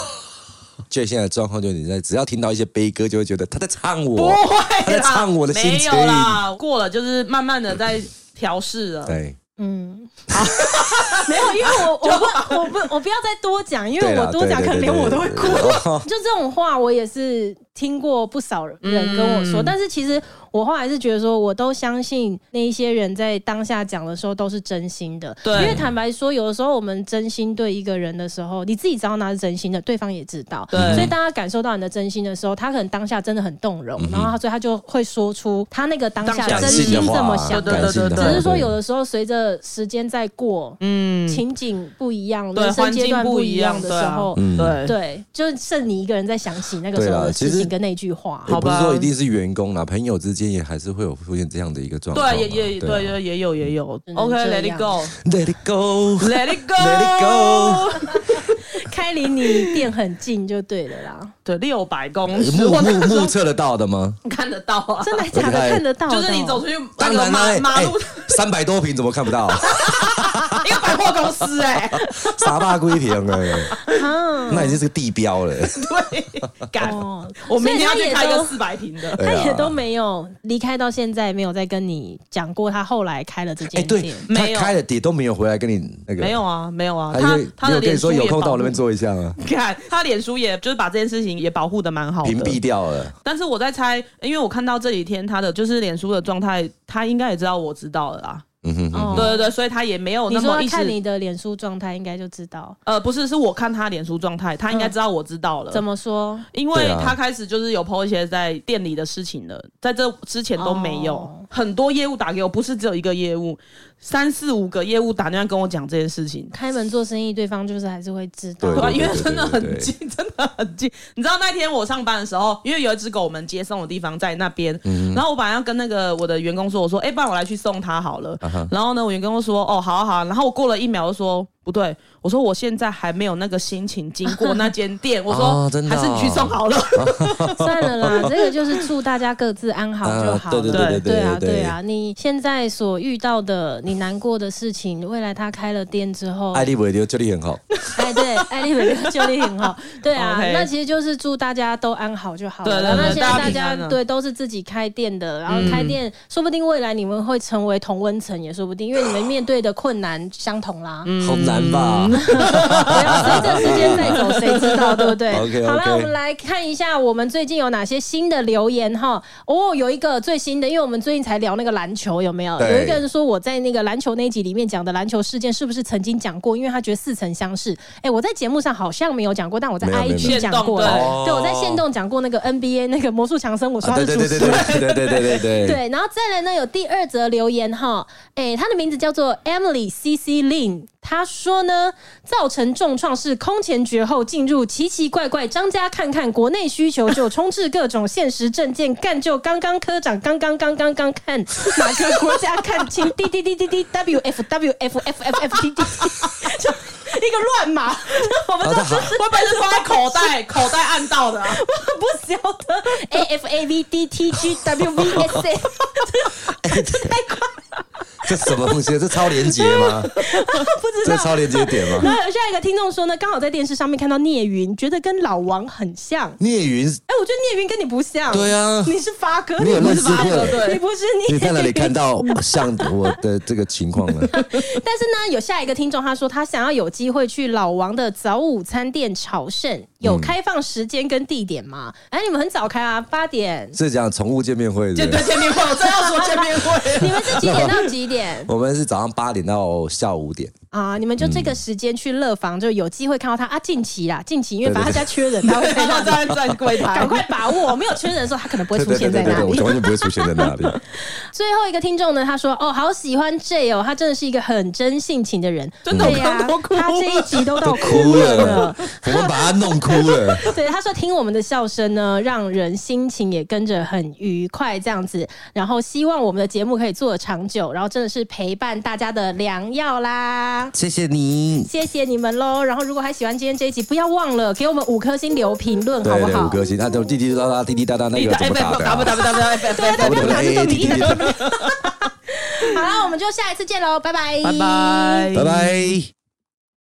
Speaker 1: 就现在的状况，就是你在只要听到一些悲歌，就会觉得他在唱
Speaker 2: 不
Speaker 1: 我。
Speaker 2: 会
Speaker 1: 在
Speaker 2: 啦，
Speaker 1: 唱我的心
Speaker 2: 啊没
Speaker 1: 情
Speaker 2: 有啦，过了就是慢慢的在调试了。
Speaker 1: 对，
Speaker 3: 嗯。 没有，因为我我不我不我不要再多讲，因
Speaker 1: 对
Speaker 3: 为
Speaker 1: 啦
Speaker 3: 我多讲可能连我都会哭。。
Speaker 1: 对对对对对 哦
Speaker 3: 就这种话，我也是听过不少人跟我说，
Speaker 2: 嗯
Speaker 3: 但是其实我后来是觉得说，我都相信那一些人在当下讲的时候都是真心的，
Speaker 2: 对
Speaker 3: 因为坦白说，有的时候我们真心对一个人的时候，你自己知道那是真心的，对方也知道，
Speaker 2: 对
Speaker 3: 所以大家感受到你的真心的时候，他可能当下真的很动容，然后他所以他就会说出他那个当下
Speaker 2: 嗯当下
Speaker 3: 真
Speaker 1: 感
Speaker 3: 心
Speaker 1: 性
Speaker 3: 这
Speaker 1: 的话
Speaker 3: 么
Speaker 1: 啊，
Speaker 3: 想
Speaker 2: 对
Speaker 3: 的
Speaker 2: 对
Speaker 1: 感。性的话
Speaker 3: 只是说，有的时候随着时间在过，
Speaker 2: 嗯，
Speaker 3: 情景不一样，
Speaker 2: 对，
Speaker 3: 人生
Speaker 2: 环
Speaker 3: 阶
Speaker 2: 境
Speaker 3: 段
Speaker 2: 不
Speaker 3: 一
Speaker 2: 一样
Speaker 3: 的时候，
Speaker 2: 对
Speaker 1: 嗯
Speaker 2: 啊对。
Speaker 3: 对，就剩你一个人在想起那个时
Speaker 1: 对
Speaker 3: 候
Speaker 1: 啦
Speaker 3: 的
Speaker 1: 其
Speaker 3: 事
Speaker 1: 实
Speaker 3: 情跟那句话。
Speaker 1: 也
Speaker 2: 好
Speaker 1: 不
Speaker 2: 吧
Speaker 1: 是说一定是员工啦，朋友之间也还是会有出现这样的一个状况嘛。
Speaker 2: 对，也也对，
Speaker 1: 啊
Speaker 2: 也也有也有。
Speaker 3: 只能这
Speaker 2: OK，Let、
Speaker 3: 样
Speaker 2: it go，Let
Speaker 1: Let it go。
Speaker 2: it go，
Speaker 1: Let
Speaker 2: it go。
Speaker 3: 开离你店很近就对了 啦，
Speaker 2: 对，六百公尺，
Speaker 1: 目
Speaker 2: 我那
Speaker 1: 目
Speaker 2: 时
Speaker 1: 目
Speaker 2: 候
Speaker 1: 测得到的吗？
Speaker 2: 看得到啊，
Speaker 3: 真的假的
Speaker 1: 我
Speaker 3: 看得到的
Speaker 2: 就
Speaker 3: 哦？
Speaker 2: 是你走出去那
Speaker 1: 当
Speaker 2: 个
Speaker 1: 然啦
Speaker 2: 马，马
Speaker 1: 哎
Speaker 2: 路，
Speaker 1: 三百多平怎么看不 到？哎
Speaker 2: 一个百货公司哎，
Speaker 1: 傻大龟田哎，
Speaker 3: 啊，
Speaker 1: 那已经是个地标了。
Speaker 2: 对，干，
Speaker 3: 哦，
Speaker 2: 我明天要去开一
Speaker 3: 所以他也
Speaker 2: 个
Speaker 3: 都
Speaker 2: 四百平的，
Speaker 3: 他
Speaker 1: 对啊
Speaker 3: 也都没有离开到现在，没有再跟你讲过他后来开了这
Speaker 1: 哎，
Speaker 3: 间
Speaker 1: 对
Speaker 3: 店。，
Speaker 1: 他
Speaker 2: 没有
Speaker 1: 开了也都没哎有回来跟你那个，
Speaker 2: 没有啊，没有啊，
Speaker 1: 他
Speaker 2: 他
Speaker 1: 因为
Speaker 2: 他
Speaker 1: 没有跟
Speaker 2: 的脸
Speaker 1: 你
Speaker 2: 书
Speaker 1: 说
Speaker 2: 也
Speaker 1: 有空到我那边
Speaker 2: 保护，
Speaker 1: 坐一下啊，
Speaker 2: 看他脸书也就是把这件事情也保护的蛮好的，
Speaker 1: 屏蔽掉了。
Speaker 2: 但是我在猜，因为我看到这几天他的就是脸书的状态，他应该也知道我知道了啦。
Speaker 1: 嗯哼哼，
Speaker 3: 哦
Speaker 2: 对对对，所以他也没有
Speaker 3: 你
Speaker 2: 哦那
Speaker 3: 说
Speaker 2: 么
Speaker 3: 他
Speaker 2: 意识。
Speaker 3: 看你的脸书状态，应该就知道
Speaker 2: 呃，不是，是我看他脸书状态，他应该知道我知道了。
Speaker 3: 怎么说。
Speaker 2: 因为
Speaker 1: 对啊
Speaker 2: 他开始就是有 PO 一些在店里的事情了，在这之前都没有。
Speaker 3: 哦
Speaker 2: 很多业务打给我，不是只有一个业务，三四五个业务打电话跟我讲这件事情。
Speaker 3: 开门做生意，对方就是还是会知道
Speaker 1: 对。
Speaker 2: 对吧？啊因为
Speaker 1: 对
Speaker 2: 真的
Speaker 1: 对
Speaker 2: 很
Speaker 1: 对
Speaker 2: 近， 真的很近。你知道那天我上班的时候，因为有一只狗，我们接送的地方在那边，
Speaker 1: 嗯
Speaker 2: 然后我本来要跟那个我的员工说，我说，哎、不然我来去送它 好了。
Speaker 1: 啊
Speaker 2: 然后呢，我员工说，哦，好啊好啊。然后我过了一秒，就说不对，我说我现在还没有那个心情经过那间店，我说、
Speaker 1: 哦真的
Speaker 2: 还是你去
Speaker 1: 哦
Speaker 2: 送好了。
Speaker 3: 算了啦，这个就是祝大家各自安好就好
Speaker 1: 啊对
Speaker 3: 了。
Speaker 1: 对
Speaker 2: 对对
Speaker 1: 对
Speaker 3: 啊，
Speaker 1: 对
Speaker 3: 对啊。你现在所遇到的，你难过的事情，未来他开了店之后，
Speaker 2: 哎
Speaker 1: 艾利维丢这里很好，
Speaker 3: 哎， 对，艾丽美就力很好，对啊
Speaker 2: OK
Speaker 3: 那其实就是祝大家都安好就好了。
Speaker 2: 对对对
Speaker 3: 那现在
Speaker 2: 大家
Speaker 3: 大
Speaker 2: 平
Speaker 3: 家
Speaker 2: 安啊嗯
Speaker 3: 对都是自己开店的，然后开店，说不定未来你们会成为同温层，也说不定，因为你们面对的困难相同啦。
Speaker 1: 好难吧？
Speaker 3: 不要随着时间在走，谁知道，对不对
Speaker 1: OK，OK
Speaker 3: 好了，我们来看一下我们最近有哪些新的留言哈。哦，有一个最新的，因为我们最近才聊那个篮球，有没有？
Speaker 1: 对
Speaker 3: 有一个人说我在那个篮球那一集里面讲的篮球事件，是不是曾经讲过？因为他觉得似曾相识。哎，我在节目上好像没有讲过，但我在
Speaker 1: 没有没有没
Speaker 3: IG
Speaker 1: 有
Speaker 3: 讲过了
Speaker 2: 限
Speaker 1: 动。
Speaker 3: 对，
Speaker 1: 对
Speaker 3: 我在线动讲过那个 NBA 那个魔术强森，我说
Speaker 1: 啊
Speaker 3: 他
Speaker 1: 对
Speaker 3: 是
Speaker 1: 对
Speaker 3: 主
Speaker 1: 对对对对
Speaker 3: 持
Speaker 1: 对对对对
Speaker 3: 对，然后再来呢，有第二则留言哈，诶，她的名字叫做 Emily C C Lin，她说呢，造成重创是空前绝后，进入奇奇怪怪张家看看国内需求就充斥各种现实证件，干就刚刚科长刚刚刚刚刚看哪个国家看清滴滴滴滴滴 W F W F F F F 滴滴，就一个乱码，我们
Speaker 1: 然后
Speaker 3: 都
Speaker 1: 他
Speaker 3: 是
Speaker 1: 好。
Speaker 2: 会不会是放在口袋口袋按到的啊、
Speaker 3: 不晓得 A F A V D T G W V S A。
Speaker 1: 这什么东西？这超连接吗？不知道，这超连接点吗？
Speaker 3: 然后有下一个听众说呢，刚好在电视上面看到聂云，觉得跟老王很像。
Speaker 1: 聂云，
Speaker 3: 哎、我觉得聂云跟你不像。
Speaker 1: 对啊
Speaker 3: 你是发哥，
Speaker 1: 你有
Speaker 3: 不
Speaker 1: 认
Speaker 3: 是
Speaker 1: 识
Speaker 3: 发哥，
Speaker 1: 过
Speaker 2: 对
Speaker 3: 你不是
Speaker 1: 你
Speaker 3: 聂
Speaker 1: 在
Speaker 3: 云。
Speaker 1: 哪里看到像我的这个情况呢？
Speaker 3: 但是呢，有下一个听众他说，他想要有机会去老王的早午餐店朝圣，有开放时间跟地点吗？哎、你们很早开啊，八点。
Speaker 1: 是讲宠物见面会
Speaker 2: 见
Speaker 1: 的
Speaker 2: 对。见面会，我真要说见面会。
Speaker 3: 你们是几点到几点
Speaker 1: 我们是早上八点到下午五点，
Speaker 3: 啊？你们就这个时间去乐房，就有机会看到他啊。近期啦，近期因为
Speaker 1: 对对
Speaker 3: 反正他家缺人，他会在
Speaker 2: 然后
Speaker 3: 那里，
Speaker 2: 站站柜台，
Speaker 3: 赶快把握。没有缺人的时候，他可能不会
Speaker 1: 对
Speaker 3: 出
Speaker 1: 对对
Speaker 3: 现在
Speaker 1: 对
Speaker 3: 那
Speaker 1: 对，
Speaker 3: 里
Speaker 1: 我。完全不会出现在那里。
Speaker 3: 最后一个听众呢，他说：“哦，好喜欢 J 哦，他真的是一个很真性情的人，
Speaker 2: 真的
Speaker 3: 对呀、
Speaker 2: 我刚刚都哭了
Speaker 3: 他这一集都到
Speaker 1: 都
Speaker 3: 哭
Speaker 1: 哭
Speaker 3: 了
Speaker 1: 了。，我们把他弄哭了。
Speaker 3: 对，他说听我们的笑声呢，让人心情也跟着很愉快这样子。然后希望我们的节目可以做得长久，然后真的是陪伴大家的良药啦。”
Speaker 1: 谢谢你，
Speaker 3: 谢谢你们喽！然后如果还喜欢今天这一集，不要忘了给我们五颗星留评论，好
Speaker 1: 对
Speaker 3: 不
Speaker 1: 对，五
Speaker 3: 好？
Speaker 1: 颗星。那就滴滴答答，滴滴答答，那个怎么打的啊？
Speaker 2: W W F F
Speaker 3: 对对对
Speaker 1: 哎
Speaker 3: 对
Speaker 1: 滴滴答答
Speaker 3: 好了，我们就下一次见喽，拜拜，
Speaker 2: 拜拜，
Speaker 1: 拜。拜。